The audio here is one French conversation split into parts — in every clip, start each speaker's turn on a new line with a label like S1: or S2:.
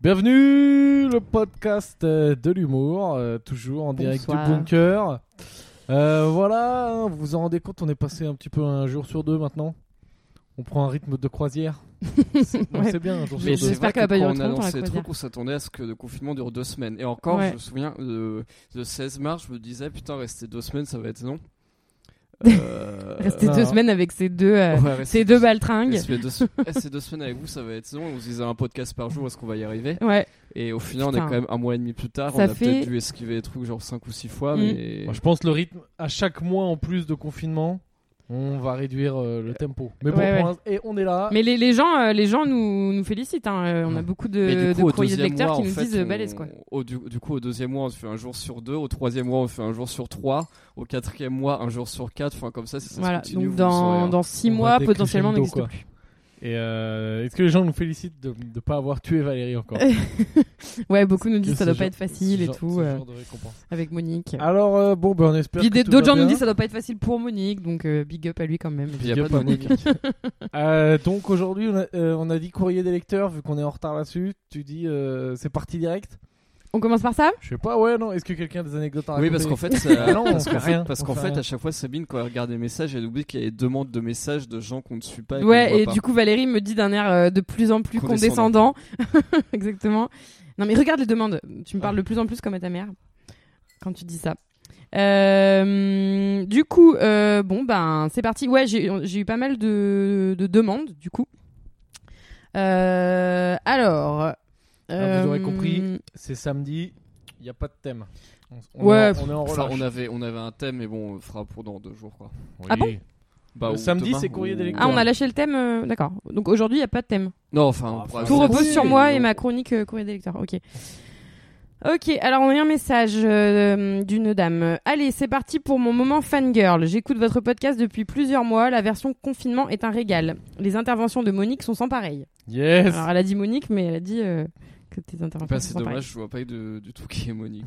S1: Bienvenue, le podcast euh, de l'humour, euh, toujours en direct
S2: Bonsoir.
S1: du bunker. Euh, voilà, hein, vous vous en rendez compte, on est passé un petit peu un jour sur deux maintenant. On prend un rythme de croisière. C'est non,
S2: Ouais.
S1: c'est bien, un jour
S2: Mais
S1: sur deux.
S2: j'espère qu'elle va pas
S3: quand
S2: durer
S3: on
S2: trop
S3: a
S2: longtemps, la
S3: lancé le
S2: croisière.
S3: truc, on s'attendait à ce que le confinement dure deux semaines. Et encore,
S2: Ouais.
S3: je me souviens, le, le 16 mars, je me disais, putain, rester deux semaines, ça va être long. Euh,
S2: Rester
S1: non.
S2: deux semaines avec ces deux, euh, ces
S3: c'est
S2: deux baltringues.
S3: Ces deux, eh, ces deux semaines avec vous, ça va être long. On se disait un podcast par jour, est-ce qu'on va y arriver
S2: Ouais.
S3: Et au final, on est
S2: Putain.
S3: quand même un mois et demi plus tard.
S2: Ça
S3: on a
S2: fait-
S3: peut-être dû esquiver des trucs genre cinq ou six fois.
S2: Mm.
S3: Mais...
S1: Moi, je pense le rythme, à chaque mois en plus de confinement, on va réduire euh, le tempo. Mais bon,
S2: Ouais,
S1: pour l'instant- et on est
S3: Ah.
S1: là.
S2: Mais les, les gens, euh, les gens nous, nous félicitent. hein. Euh, On a beaucoup
S3: Mais
S2: de,
S3: du coup,
S2: de
S3: au
S2: courriers de
S3: deuxième
S2: lecteurs
S3: mois,
S2: qui
S3: en
S2: nous
S3: fait,
S2: disent euh,
S3: on-
S2: balèze quoi.
S3: au- du, du coup, au deuxième mois, on se fait un jour sur deux. Au troisième mois, on fait un jour sur trois. Au quatrième mois, un jour sur quatre. Enfin, comme ça, si ça
S2: Voilà.
S3: se continue,
S2: Donc
S3: vous le saurez,
S2: dans,
S3: hein.
S2: dans six
S1: On va
S2: mois,
S1: décrescendo,
S2: potentiellement, on n'existe
S1: quoi.
S2: plus.
S1: Et euh, est-ce que les gens nous félicitent de ne pas avoir tué Valérie encore
S2: Ouais, beaucoup nous
S1: Que
S2: Euh, disent ça
S1: ce
S2: doit
S1: genre-
S2: pas être facile
S1: ce
S2: et
S1: genre-
S2: tout
S1: ce
S2: euh,
S1: genre de récompense.
S2: avec Monique.
S1: Alors euh, bon, ben on espère.
S2: Puis
S1: que
S2: des-
S1: tout
S2: d'autres
S1: va
S2: gens nous
S1: bien.
S2: disent ça doit pas être facile pour Monique, donc euh, big up à lui quand même.
S3: Puis il y a
S1: Big
S3: pas
S1: up
S3: de
S1: à
S3: Monique.
S1: Euh, donc aujourd'hui, on, a- euh, on a dit courrier des lecteurs, vu qu'on est en retard là-dessus. Tu dis euh, c'est parti direct
S2: On commence par ça
S1: Je sais pas, ouais, non. Est-ce que quelqu'un a des anecdotes à
S3: Oui,
S1: raconter
S3: parce qu'en fait,
S1: Ah
S3: ça-
S1: non, on
S3: parce
S1: fait
S3: qu'en
S1: rien,
S3: fait, parce
S1: on
S3: qu'en
S1: fait
S3: fait,
S1: rien.
S3: à chaque fois, Sabine, quand elle regarde les messages, elle oublie qu'il y a des demandes de messages de gens qu'on ne suit pas. qu'on ne voit
S2: Ouais, et
S3: pas.
S2: du coup, Valérie me dit d'un air euh, de plus en plus condescendant.
S3: Condescendant.
S2: Exactement. Non, mais regarde les demandes. Tu me parles de plus en plus comme à ta mère quand tu dis ça. Euh, du coup, euh, bon, ben, c'est parti. Ouais, j'ai j'ai eu pas mal de, de demandes, du coup. Euh, alors.
S1: Ah, vous aurez
S2: euh,
S1: compris. c'est samedi. Il n'y a pas de thème. On,
S2: Ouais.
S1: est, en- on est en
S3: Enfin,
S1: relâche.
S3: on avait, on avait un thème, mais bon, on le fera pour dans deux jours, quoi.
S2: Ah bon
S1: Oui.
S3: Bah,
S1: Le
S3: ou
S1: samedi,
S3: demain,
S1: c'est courrier
S3: ou-
S1: des lecteurs.
S2: Ah, on a lâché le thème. euh, D'accord. Donc aujourd'hui, il n'y a pas de thème.
S3: Non, enfin, on
S1: Ah,
S3: pourra
S1: enfin,
S2: Tout
S3: faire-
S2: repose
S3: Oui,
S2: sur moi
S3: mais
S2: et
S3: on-
S2: ma chronique euh, courrier des lecteurs. Ok. Ok, alors on a eu un message euh, d'une dame. Allez, c'est parti pour mon moment fangirl. J'écoute votre podcast depuis plusieurs mois. La version confinement est un régal. Les interventions de Monique sont sans pareil.
S1: Yes.
S2: Alors elle a dit Monique, mais elle a dit euh, que tes interventions
S3: Bah,
S2: sont
S3: c'est
S2: sans pareilles.
S3: dommage, je vois pas de- du tout qui est Monique.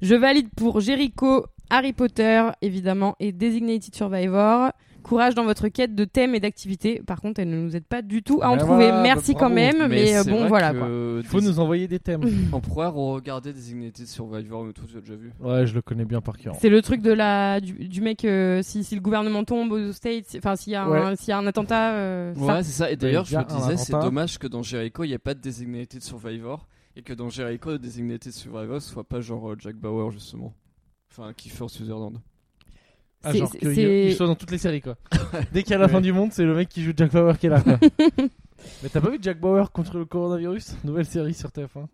S2: Je valide pour Jericho, Harry Potter, évidemment, et Designated Survivor. Courage dans votre quête de thèmes et d'activités. Par contre, elle ne nous aide pas du tout à en
S1: Mais
S2: trouver.
S1: voilà,
S2: Merci
S1: bah,
S2: quand
S1: bravo.
S2: même, mais, euh,
S3: c'est
S2: bon,
S3: vrai
S2: voilà.
S3: que
S2: quoi.
S1: Il faut
S3: des-
S1: nous envoyer des thèmes.
S3: On pourrait regarder Designated Survivor, mais tout, tu l'as déjà vu.
S1: ouais, je le connais bien par cœur.
S2: C'est le truc de la du, du mec euh, si, si le gouvernement tombe aux States, si- enfin s'il y a un
S1: Ouais.
S2: s'il y a un attentat. euh, ça.
S3: Ouais, c'est ça. Et d'ailleurs, je
S1: il y
S3: me
S1: a un
S3: disais, c'est
S1: attentat.
S3: dommage que dans Jericho, il n'y ait pas de Designated Survivor et que dans Jericho, le Designated Survivor soit pas genre euh, Jack Bauer, justement. Enfin, Kiefer Sutherland.
S1: Ah,
S2: c'est-
S1: genre
S2: c'est-
S1: qu'il
S2: c'est-
S1: il soit dans toutes les séries quoi. Dès qu'il y a la
S3: Ouais.
S1: fin du monde, c'est le mec qui joue Jack Bauer qui est là quoi. Mais t'as pas vu Jack Bauer contre le coronavirus Nouvelle série sur TF1.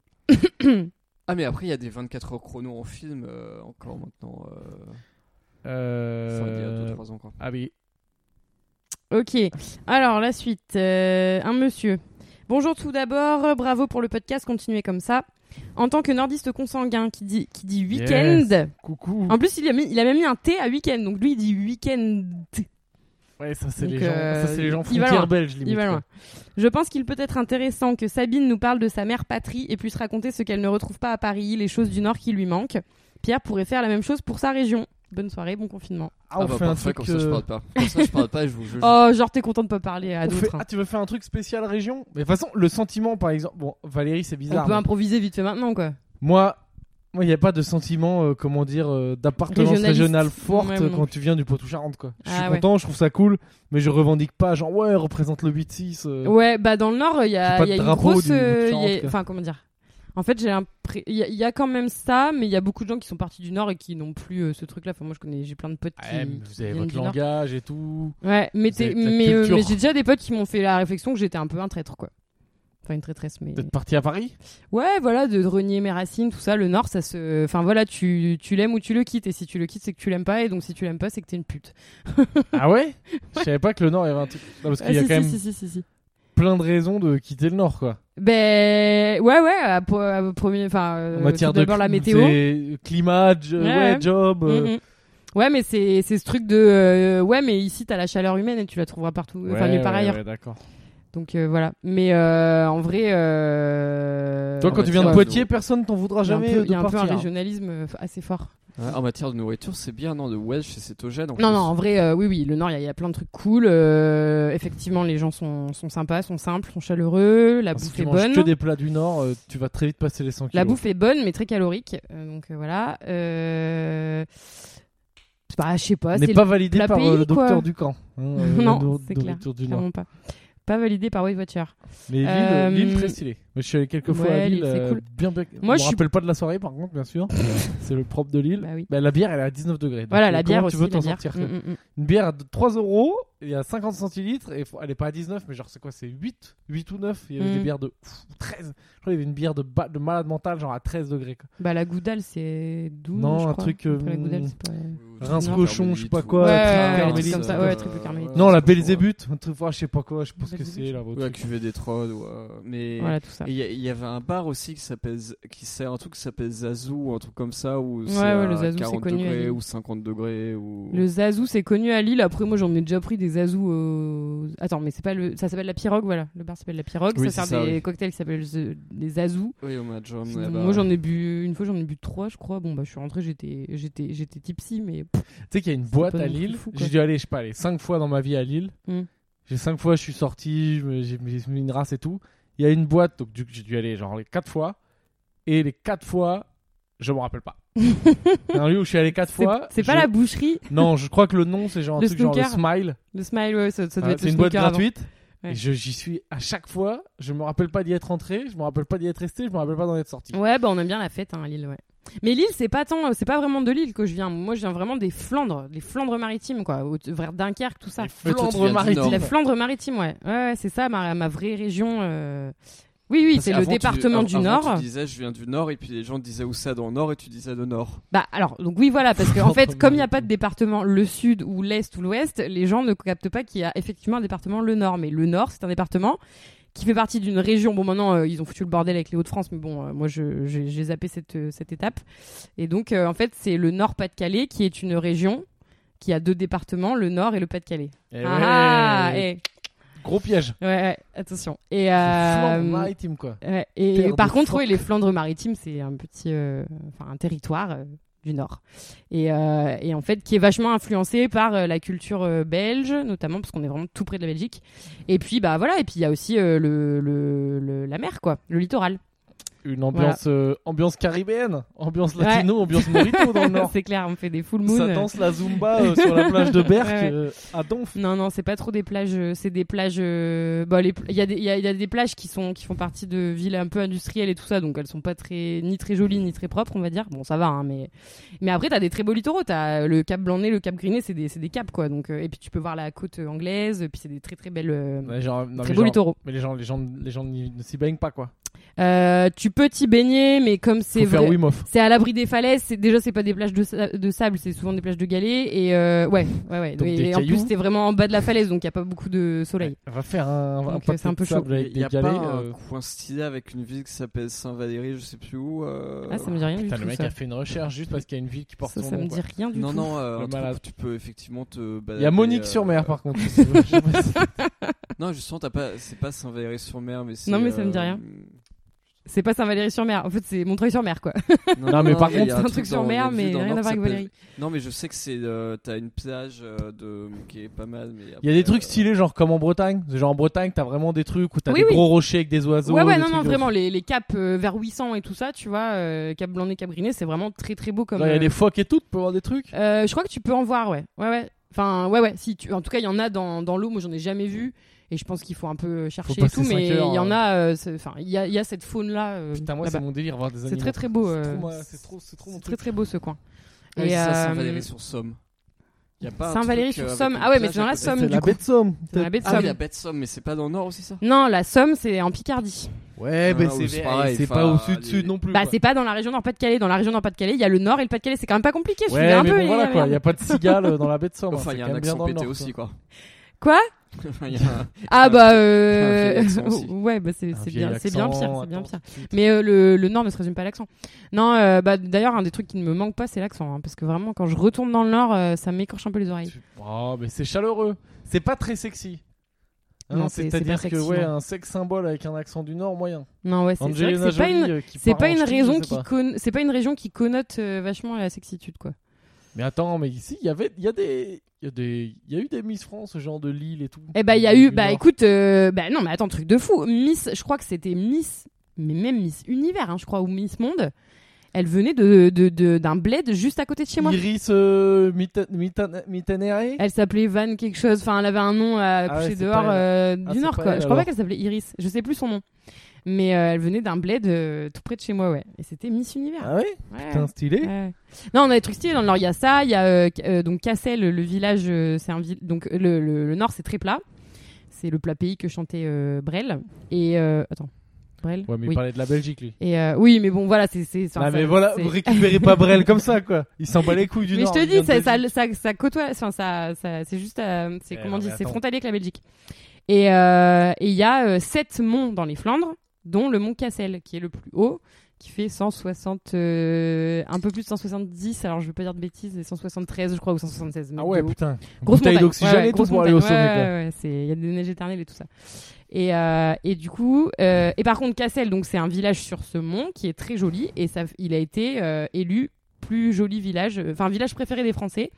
S3: Ah, mais après, il y a des 24 heures chrono en film euh, encore maintenant. euh, enfin, il y a
S1: Euh...
S3: 2-3 ans, quoi.
S1: Ah oui.
S2: Ok. Alors la suite, euh, un monsieur. Bonjour tout d'abord, bravo pour le podcast, continuez comme ça. En tant que nordiste consanguin qui dit qui dit
S1: Yes.
S2: week-end.
S1: Coucou.
S2: En plus, il a mis il a même mis un T à week-end, donc lui il dit week-end.
S1: Ouais, ça c'est
S2: Donc,
S1: les gens,
S2: euh,
S1: ça c'est les gens
S2: il va
S1: frontières
S2: loin.
S1: belges limite.
S2: Il va
S1: quoi.
S2: loin. Je pense qu'il peut être intéressant que Sabine nous parle de sa mère patrie et puisse raconter ce qu'elle ne retrouve pas à Paris, les choses du Nord qui lui manquent. Pierre pourrait faire la même chose pour sa région. Bonne soirée, bon confinement.
S1: Ah, on
S3: bah,
S1: fait un
S3: parfait,
S1: truc.
S3: comme ça, je
S1: euh,
S3: parle pas. Comme ça, je parle pas et je vous juge.
S2: Oh, genre t'es content de pas parler à
S1: on fait-
S2: d'autres. hein.
S1: Ah, tu veux faire un truc spécial région Mais de toute façon, le sentiment par exemple. Bon, Valérie, c'est
S2: On
S1: bizarre.
S2: peut
S1: mais
S2: improviser vite fait maintenant quoi.
S1: Moi, moi, il n'y a pas de sentiment, euh, comment dire, euh, d'appartenance
S2: Régionaliste.
S1: régionale forte
S2: Ouais, moi non
S1: quand tu viens du Poitou-Charentes, quoi. Je suis
S2: Ah ouais.
S1: content, je trouve ça cool, mais je revendique pas, genre, ouais, représente le 8-6. euh.
S2: Ouais, bah dans le Nord, il y
S1: C'est
S2: a,
S1: pas
S2: il y a
S1: de
S2: une
S1: drapeau
S2: grosse.
S1: du
S2: euh, il y a-
S1: Nord, quoi.
S2: Enfin, comment dire En fait, j'ai l'impré- il y, a- il y a quand même ça, mais il y a beaucoup de gens qui sont partis du Nord et qui n'ont plus euh, ce truc-là. Enfin, moi, je connais, j'ai plein de potes qui.
S1: Ouais, mais
S2: qui
S1: vous avez
S2: viennent
S1: votre
S2: du Nord.
S1: langage et tout.
S2: Ouais, mais,
S1: Vous
S2: t'es-
S1: avez de la
S2: mais, euh,
S1: culture.
S2: mais j'ai déjà des potes qui m'ont fait la réflexion que j'étais un peu un traître, quoi. Enfin, une traîtresse, mais.
S1: Peut-être parti à Paris
S2: Ouais, voilà, de, de renier mes racines, tout ça. Le Nord, ça se. Enfin, voilà, tu, tu l'aimes ou tu le quittes. Et si tu le quittes, c'est que tu l'aimes pas. Et donc, si tu l'aimes pas, c'est que t'es une pute.
S1: Ah ouais Je savais pas que le Nord, il y avait un truc. Non, parce qu'il
S2: Ah,
S1: y a
S2: si,
S1: quand
S2: si,
S1: même
S2: si, si, si, si.
S1: plein de raisons de quitter le Nord, quoi.
S2: Ben. Ouais, ouais, à, po- à premier. Enfin, euh,
S1: en matière
S2: tout
S1: de
S2: d'abord la
S1: cli-
S2: météo.
S1: c'est euh, climat, j-
S2: Ouais,
S1: ouais,
S2: ouais.
S1: job. euh,
S2: Mm, mm. Ouais, mais c'est c'est ce truc de. euh, ouais, mais ici, t'as la chaleur humaine et tu la trouveras partout. Enfin,
S1: ouais,
S2: nulle part
S1: ouais,
S2: ailleurs.
S1: ouais, d'accord.
S2: Donc, euh, voilà. Mais euh, en vrai. euh,
S1: Toi, quand
S3: ouais,
S1: tu viens
S3: c'est
S1: de
S3: vrai,
S1: Poitiers,
S3: nous-
S1: personne t'en voudra
S2: Il y a un
S1: jamais hein.
S2: peu-
S1: de
S2: il y a un peu un
S1: partir.
S2: régionalisme euh, assez fort.
S3: Ouais, en matière de nourriture, c'est bien, non De Welsh et cétogène en
S2: Non,
S3: plus.
S2: non, en vrai, euh, oui, oui, le Nord, il y, a- il y a plein de trucs cool. euh, effectivement, les gens sont, sont sympas, sont simples, sont chaleureux, la
S1: Alors, si
S2: bouffe
S1: tu
S2: est
S1: manges
S2: bonne.
S1: que des hein. plats du Nord, euh, tu vas très vite passer les 100 kilos.
S2: La bouffe est bonne, mais très calorique. euh, donc euh, voilà. Euh... Bah, je sais pas, c'est
S1: n'est
S2: le-
S1: pas validée
S2: plat
S1: par euh,
S2: pays,
S1: le
S2: quoi.
S1: docteur du camp. hein, euh, la
S2: Non,
S1: nour-
S2: c'est clair,
S1: nourriture du Nord.
S2: clairement pas. Pas validé par Weight Watcher.
S1: Mais l'île,
S2: Euh,
S1: l'île, très stylée. Moi, je suis allé quelques fois
S2: ouais,
S1: à Lille.
S2: l'île, c'est
S1: euh,
S2: cool.
S1: Bien, bien...
S2: Moi,
S1: je me
S2: je suis-
S1: rappelle pas de la soirée, par contre, bien sûr. c'est le propre de l'île.
S2: Bah oui.
S1: Bah, la bière, elle est à 19 degrés. donc,
S2: Voilà,
S1: euh,
S2: la
S1: comment
S2: bière
S1: tu
S2: aussi.
S1: veux
S2: la
S1: t'en
S2: bière.
S1: sortir
S2: Mm,
S1: quoi.
S2: mm, mm.
S1: Une bière de 3 euros, il y a 50 centilitres, et faut- elle est pas à 19, mais genre c'est quoi C'est 8 8 ou 9 Il y avait
S2: Mm.
S1: des bières de pff, 13. Je crois qu'il y avait une bière de, ba- de malade mental, genre à 13 degrés. quoi.
S2: Bah, la goudale, c'est 12.
S1: Non,
S2: je
S1: un
S2: crois.
S1: truc,
S2: Après, la
S1: euh,
S2: goudale, c'est pas.
S1: Rince
S3: Non.
S1: cochon, je sais pas quoi,
S2: Ouais,
S1: truc
S2: ouais, ouais,
S1: carmélite,
S2: comme ça,
S1: euh,
S2: ouais, truc carmélite.
S1: Non, la
S3: c'est trop, ouais.
S1: Belzébuth, un truc, oh, je sais pas quoi, je pense que
S2: Belzébuth.
S1: c'est là. votre
S3: Ouais,
S1: truc.
S3: cuvée des trolls, ou, euh, Mais
S2: Voilà, tout ça.
S3: Et Il y, a- il y avait un bar aussi qui s'appelle Z- qui sert un truc qui s'appelle Zazou ou un truc comme ça où c'est
S2: ouais,
S3: à
S2: le Zazou, c'est
S3: 40
S2: connu à
S3: degrés
S2: Lille.
S3: ou 50 degrés ou
S2: Le Zazou, c'est connu à Lille. Après, moi, j'en ai déjà pris des Zazou. au- Attends, mais c'est pas le. Ça s'appelle la pirogue, voilà. Le bar s'appelle la pirogue.
S3: Oui,
S2: ça
S3: c'est
S2: sert
S3: ça,
S2: des
S3: oui. bah
S2: cocktails qui s'appellent ze- des Zazou.
S3: oui au Mahjong, là-bas.
S2: Moi, j'en ai bu une fois, j'en ai bu trois, je crois. Bon, bah, je suis rentrée, j'étais, j'étais, j'étais tipsy, mais pff,
S1: Tu sais qu'il y a une
S2: C'est
S1: boîte
S2: pas
S1: à
S2: non plus
S1: Lille.
S2: fou, quoi.
S1: J'ai dû aller, je sais pas, aller 5 fois dans ma vie à Lille.
S2: Mm.
S1: J'ai 5 fois, je suis sorti, je me- j'ai j'ai mis une race et tout. Il y a une boîte, donc du coup, j'ai dû aller genre les 4 fois. Et les 4 fois, je me rappelle pas. C'est un lieu où je suis allé 4
S2: c'est,
S1: fois.
S2: c'est pas
S1: je-
S2: la boucherie.
S1: Non, je crois que le nom, c'est genre un
S2: Le
S1: truc genre le
S2: snooker.
S1: smile.
S2: Le smile, ouais, ça, ça doit
S1: Ah,
S2: être
S1: c'est
S2: le
S1: une boîte
S2: snooker avant.
S1: gratuite.
S2: Ouais.
S1: Et je- j'y suis à chaque fois. Je me rappelle pas d'y être entré, je me rappelle pas d'y être resté, je me rappelle pas d'en être sorti.
S2: Ouais, bah, on aime bien la fête hein, à Lille, ouais. Mais Lille, c'est pas tant, c'est pas vraiment de Lille que je viens. Moi, je viens vraiment des Flandres, des Flandres-Maritimes, quoi, au- vers Dunkerque, tout ça.
S1: Les
S3: Mais toi, tu
S1: Flandres
S3: viens du Nord.
S1: maritimes.
S2: La Flandre-Maritime, ouais. Ouais, ouais, c'est ça, ma, ma vraie région. euh. Oui, oui,
S3: Parce
S2: c'est le
S3: qu'avant, tu-
S2: département
S3: av-
S2: du
S3: avant,
S2: Nord.
S3: Tu disais je viens du Nord et puis les gens disaient où ça dans le Nord et tu disais le Nord.
S2: Bah alors donc oui voilà parce que en fait
S1: Entre
S2: comme il n'y a
S1: Maritime.
S2: pas de département le sud ou l'est ou l'ouest les gens ne captent pas qu'il y a effectivement un département le nord mais le nord c'est un département qui fait partie d'une région bon maintenant euh, ils ont foutu le bordel avec les Hauts-de-France mais bon euh, moi je j'ai j'ai zappé cette euh, cette étape et donc euh, en fait c'est le Nord Pas-de-Calais qui est une région qui a deux départements le Nord et le Pas-de-Calais
S1: Eh
S2: ah ah,
S1: ouais.
S2: eh.
S1: Gros piège.
S2: ouais, ouais, attention et
S1: Flandre
S2: euh,
S1: maritime quoi.
S2: Ouais, et
S1: Terre
S2: par
S1: de
S2: contre,
S1: phoques.
S2: oui, les Flandres-Maritimes, c'est un petit, euh, enfin un territoire euh, du Nord, et, euh, et en fait qui est vachement influencé par euh, la culture euh, belge, notamment parce qu'on est vraiment tout près de la Belgique. Et puis bah voilà, et puis il y a aussi euh, le, le- le- la mer quoi, le littoral.
S1: Une ambiance, euh, ambiance caribéenne, ambiance latino, ambiance morito dans le nord.
S2: c'est clair, on fait des full moon.
S1: Ça danse la zumba euh, sur la plage de Berck
S2: Ouais, ouais.
S1: euh, à Donf.
S2: Non, non, c'est pas trop des plages. euh, C'est des plages. euh, bah, les pl- il y, a des- il y a, il y a des plages qui sont qui font partie de villes un peu industrielles et tout ça, donc elles sont pas très ni très jolies ni très propres, on va dire. Bon, ça va, hein, mais mais après t'as des très beaux littoraux. T'as le Cap Blanc-Nez, le Cap Griné, c'est des c'est des caps quoi. Donc euh, et puis tu peux voir la côte euh, anglaise, puis c'est des très très belles. euh,
S1: Ouais, genre, non,
S2: Très
S1: mais,
S2: beaux
S1: genre-
S2: littoraux.
S1: mais les gens, les gens, les gens n'y- ne s'y baignent pas quoi.
S2: Euh, tu peux t'y baigner, mais comme c'est
S1: Faut faire
S2: vrai,
S1: Wim Hof.
S2: c'est à l'abri des falaises. C'est déjà c'est pas des plages de, sa- de sable, c'est souvent des plages de galets. Et euh, ouais, ouais, ouais.
S1: Donc,
S2: et
S1: des
S2: et en
S1: cailloux.
S2: plus c'est vraiment en bas de la falaise, donc il y a pas beaucoup de soleil.
S1: On va faire un,
S2: Donc,
S1: un
S2: euh,
S1: pacte
S2: c'est un peu
S1: de sable avec
S3: Il y
S1: des
S3: a
S1: galets.
S3: pas
S1: euh.
S3: un coin stylé avec une ville qui s'appelle Saint-Valéry, je sais plus où. euh,
S2: Ah, ça me dit rien
S1: Putain,
S2: du
S1: le
S2: tout.
S1: mec
S2: ça.
S1: a fait une recherche juste parce qu'il y a une ville qui porte
S2: Ça,
S1: son
S2: ça
S1: nom.
S2: me
S1: quoi.
S2: dit rien du
S3: Non
S2: tout.
S3: non, euh,
S1: Le
S3: un truc
S1: malade.
S3: où tu peux effectivement te
S1: Il
S3: balader.
S1: y a Monique
S3: euh,
S1: sur mer par contre. je sais pas, je sais pas si-
S3: Non, justement, t'as pas c'est pas Saint-Valéry-sur-Mer mais c'est
S2: Non, mais ça me dit
S3: euh,
S2: rien. C'est pas Saint-Valéry-sur-Mer. En fait, c'est Montreuil-sur-Mer,
S1: Ah
S2: quoi.
S1: Non, mais par
S3: il y
S1: contre,
S2: C'est
S3: a
S2: un truc sur
S3: dans- il y a
S2: mer,
S3: une ville
S2: mais
S3: dans le
S2: rien à
S3: Nord
S2: voir avec
S3: qui s'appelle-
S2: Valérie.
S3: Non, mais je sais que c'est. euh, T'as une plage euh, de... qui est pas mal. Mais euh,
S1: Il y a des trucs stylés, genre comme en Bretagne. C'est Genre en Bretagne, t'as vraiment des trucs où t'as
S2: Oui,
S1: des
S2: oui.
S1: gros rochers avec des oiseaux.
S2: Ouais, ouais,
S1: des
S2: non,
S1: trucs
S2: non,
S1: de-
S2: vraiment, les, les caps euh, vers 800 et tout ça, tu vois, euh, Cap Blanc et Cap Griné, c'est vraiment très très beau comme.
S1: Genre, Il y a
S2: euh,
S1: des phoques et tout, tu peux voir des trucs.
S2: euh, je crois que tu peux en voir, ouais. Ouais, ouais. Enfin, ouais, ouais. Si tu... En tout cas, il y en a dans, dans l'eau, moi j'en ai jamais vu. Et je pense qu'il faut un peu chercher et
S1: passer
S2: tout, mais
S1: cinq heures,
S2: il y en
S1: euh.
S2: a. euh, c'est- Enfin, il y a, il y a cette faune-là. euh,
S1: Putain, moi,
S2: là-bas.
S1: c'est mon délire, voir des
S2: c'est
S1: animaux.
S2: très très beau.
S1: C'est
S2: euh,
S1: trop ma- C'est trop, c'est trop mon
S2: c'est
S1: truc.
S2: très très beau ce coin. Et,
S3: Ah oui, c'est ça,
S2: euh,
S3: Saint-Valéry-sur-Somme. Y a pas un
S2: Saint-Valéry-sur-Somme.
S3: truc, euh,
S2: Ah ouais,
S3: avec
S2: mais
S3: une
S2: c'est dans la
S3: plage à
S2: Somme,
S3: côté
S1: C'est
S2: du
S1: la
S2: coup.
S1: baie de Somme.
S2: C'est dans la baie de
S3: Ah oui,
S2: Somme.
S3: la baie de Somme, mais c'est pas dans le Nord aussi ça
S2: Non, la Somme, c'est en Picardie.
S1: Ouais, mais
S3: Ah, ou
S1: c'est
S3: c'est pareil,
S1: c'est
S3: enfin,
S1: pas au sud-sud
S3: les-
S1: non plus.
S2: Bah,
S1: quoi.
S2: c'est pas dans la région Nord-Pas-de-Calais. Dans la région Nord-Pas-de-Calais, il y a le Nord et le Pas-de-Calais. C'est quand même pas compliqué. Je
S1: Ouais,
S2: suivais un
S1: mais
S2: peu. hein.
S1: bon,
S2: les-
S1: voilà
S2: la
S1: quoi. Il
S2: merde.
S1: n'y a pas de cigale euh, dans la baie de Somme.
S3: Enfin,
S1: il
S3: il y a un accent pété aussi quoi.
S2: Quoi
S3: Enfin, y a un-
S2: Ah,
S3: un
S2: bah,
S3: vieil
S2: euh,
S3: accent aussi.
S2: ouais, bah, c'est
S1: Un
S2: c'est
S1: vieil
S2: bien, c'est bien
S1: accent,
S2: pire, c'est bien
S1: attends,
S2: pire.
S1: tout de suite.
S2: Mais euh, le, le Nord ne se résume pas à l'accent. Non, euh, bah, d'ailleurs, un des trucs qui ne me manque pas, c'est l'accent, hein, parce que vraiment, quand je retourne dans le Nord, euh, ça m'écorche un peu les oreilles.
S1: Tu- Oh, mais c'est chaleureux. C'est pas très sexy. Ah
S2: Non,
S1: non,
S2: c'est- c'est
S1: C'est-à-dire
S2: pas
S1: que
S2: sexy,
S1: ouais,
S2: non.
S1: un sexe symbole avec un accent du Nord moyen.
S2: Non, ouais, c'est c'est vrai que
S1: Angelina
S2: c'est pas
S1: Jolie,
S2: une.
S1: euh, qui
S2: C'est
S1: parle
S2: pas
S1: en
S2: une
S1: ch'ti, je
S2: raison
S1: sais
S2: qui
S1: pas.
S2: conno- c'est pas une région qui connote euh, vachement la sexitude quoi.
S1: Mais attends, mais ici, il y avait, il y a des, il y a des, il y a eu des Miss France, genre de Lille et tout.
S2: Eh bah il y a eu
S1: Du
S2: bah
S1: Nord.
S2: écoute euh, bah non mais attends truc de fou Miss je crois que c'était Miss mais même Miss Univers hein, je crois ou Miss Monde elle venait de de- de- d'un bled juste à côté de chez moi. Eh,
S1: Iris euh, Mita- Mita- Mitanere
S2: Elle s'appelait Van quelque chose enfin elle avait un nom à
S1: Ah ouais,
S2: coucher
S1: c'est
S2: dehors
S1: pas
S2: euh,
S1: Ah,
S2: du
S1: c'est
S2: nord
S1: pas
S2: quoi.
S1: elle,
S2: je crois pas
S1: alors.
S2: qu'elle s'appelait Iris je sais plus son nom mais euh, elle venait d'un bled euh, tout près de chez moi ouais et c'était Miss Univers.
S1: Ah ouais,
S2: Ouais.
S1: putain stylé.
S2: Ouais. Non, on a des trucs stylés. Alors, il y a ça, il y a euh, euh, donc Cassel, le village, euh, c'est un vil- donc euh, le, le- le nord, c'est très plat. C'est le plat pays que chantait euh, Brel. Et euh, attends, Brel.
S1: Ouais, mais il
S2: oui.
S1: parlait de la Belgique lui.
S2: Et euh, oui, mais bon, voilà, c'est c'est. enfin,
S1: Ah
S2: ça-
S1: mais voilà,
S2: c'est-
S1: vous récupérez pas Brel comme ça quoi. Il s'en bat les couilles du
S2: Mais je
S1: Nord.
S2: te
S1: il vient
S2: dis,
S1: de
S2: ça, ça,
S1: Belgique.
S2: ça- ça côtoie, enfin, ça, ça- c'est juste, euh, c'est
S1: Eh,
S2: comment
S1: non,
S2: on dit,
S1: mais
S2: c'est
S1: attends.
S2: frontalier avec la Belgique. Et euh, et il y a euh, sept monts dans les Flandres, dont le mont Cassel, qui est le plus haut, qui fait 160, euh, un peu plus de 170, alors je veux pas dire de bêtises, mais 173, je crois, ou 176.
S1: Ah
S2: mètres
S1: ouais,
S2: de haut.
S1: putain.
S2: Grosse
S1: Bouteille
S2: montagne.
S1: d'oxygène
S2: Ouais, ouais,
S1: et tout
S2: grosse
S1: pour aller au
S2: montagne.
S1: sommet
S2: Ouais,
S1: quoi.
S2: ouais, ouais, c'est- il y a des neiges éternelles et tout ça. Et, euh, et du coup, euh, et par contre, Cassel, donc c'est un village sur ce mont qui est très joli et ça, il a été euh, élu plus joli village, euh, enfin village préféré des Français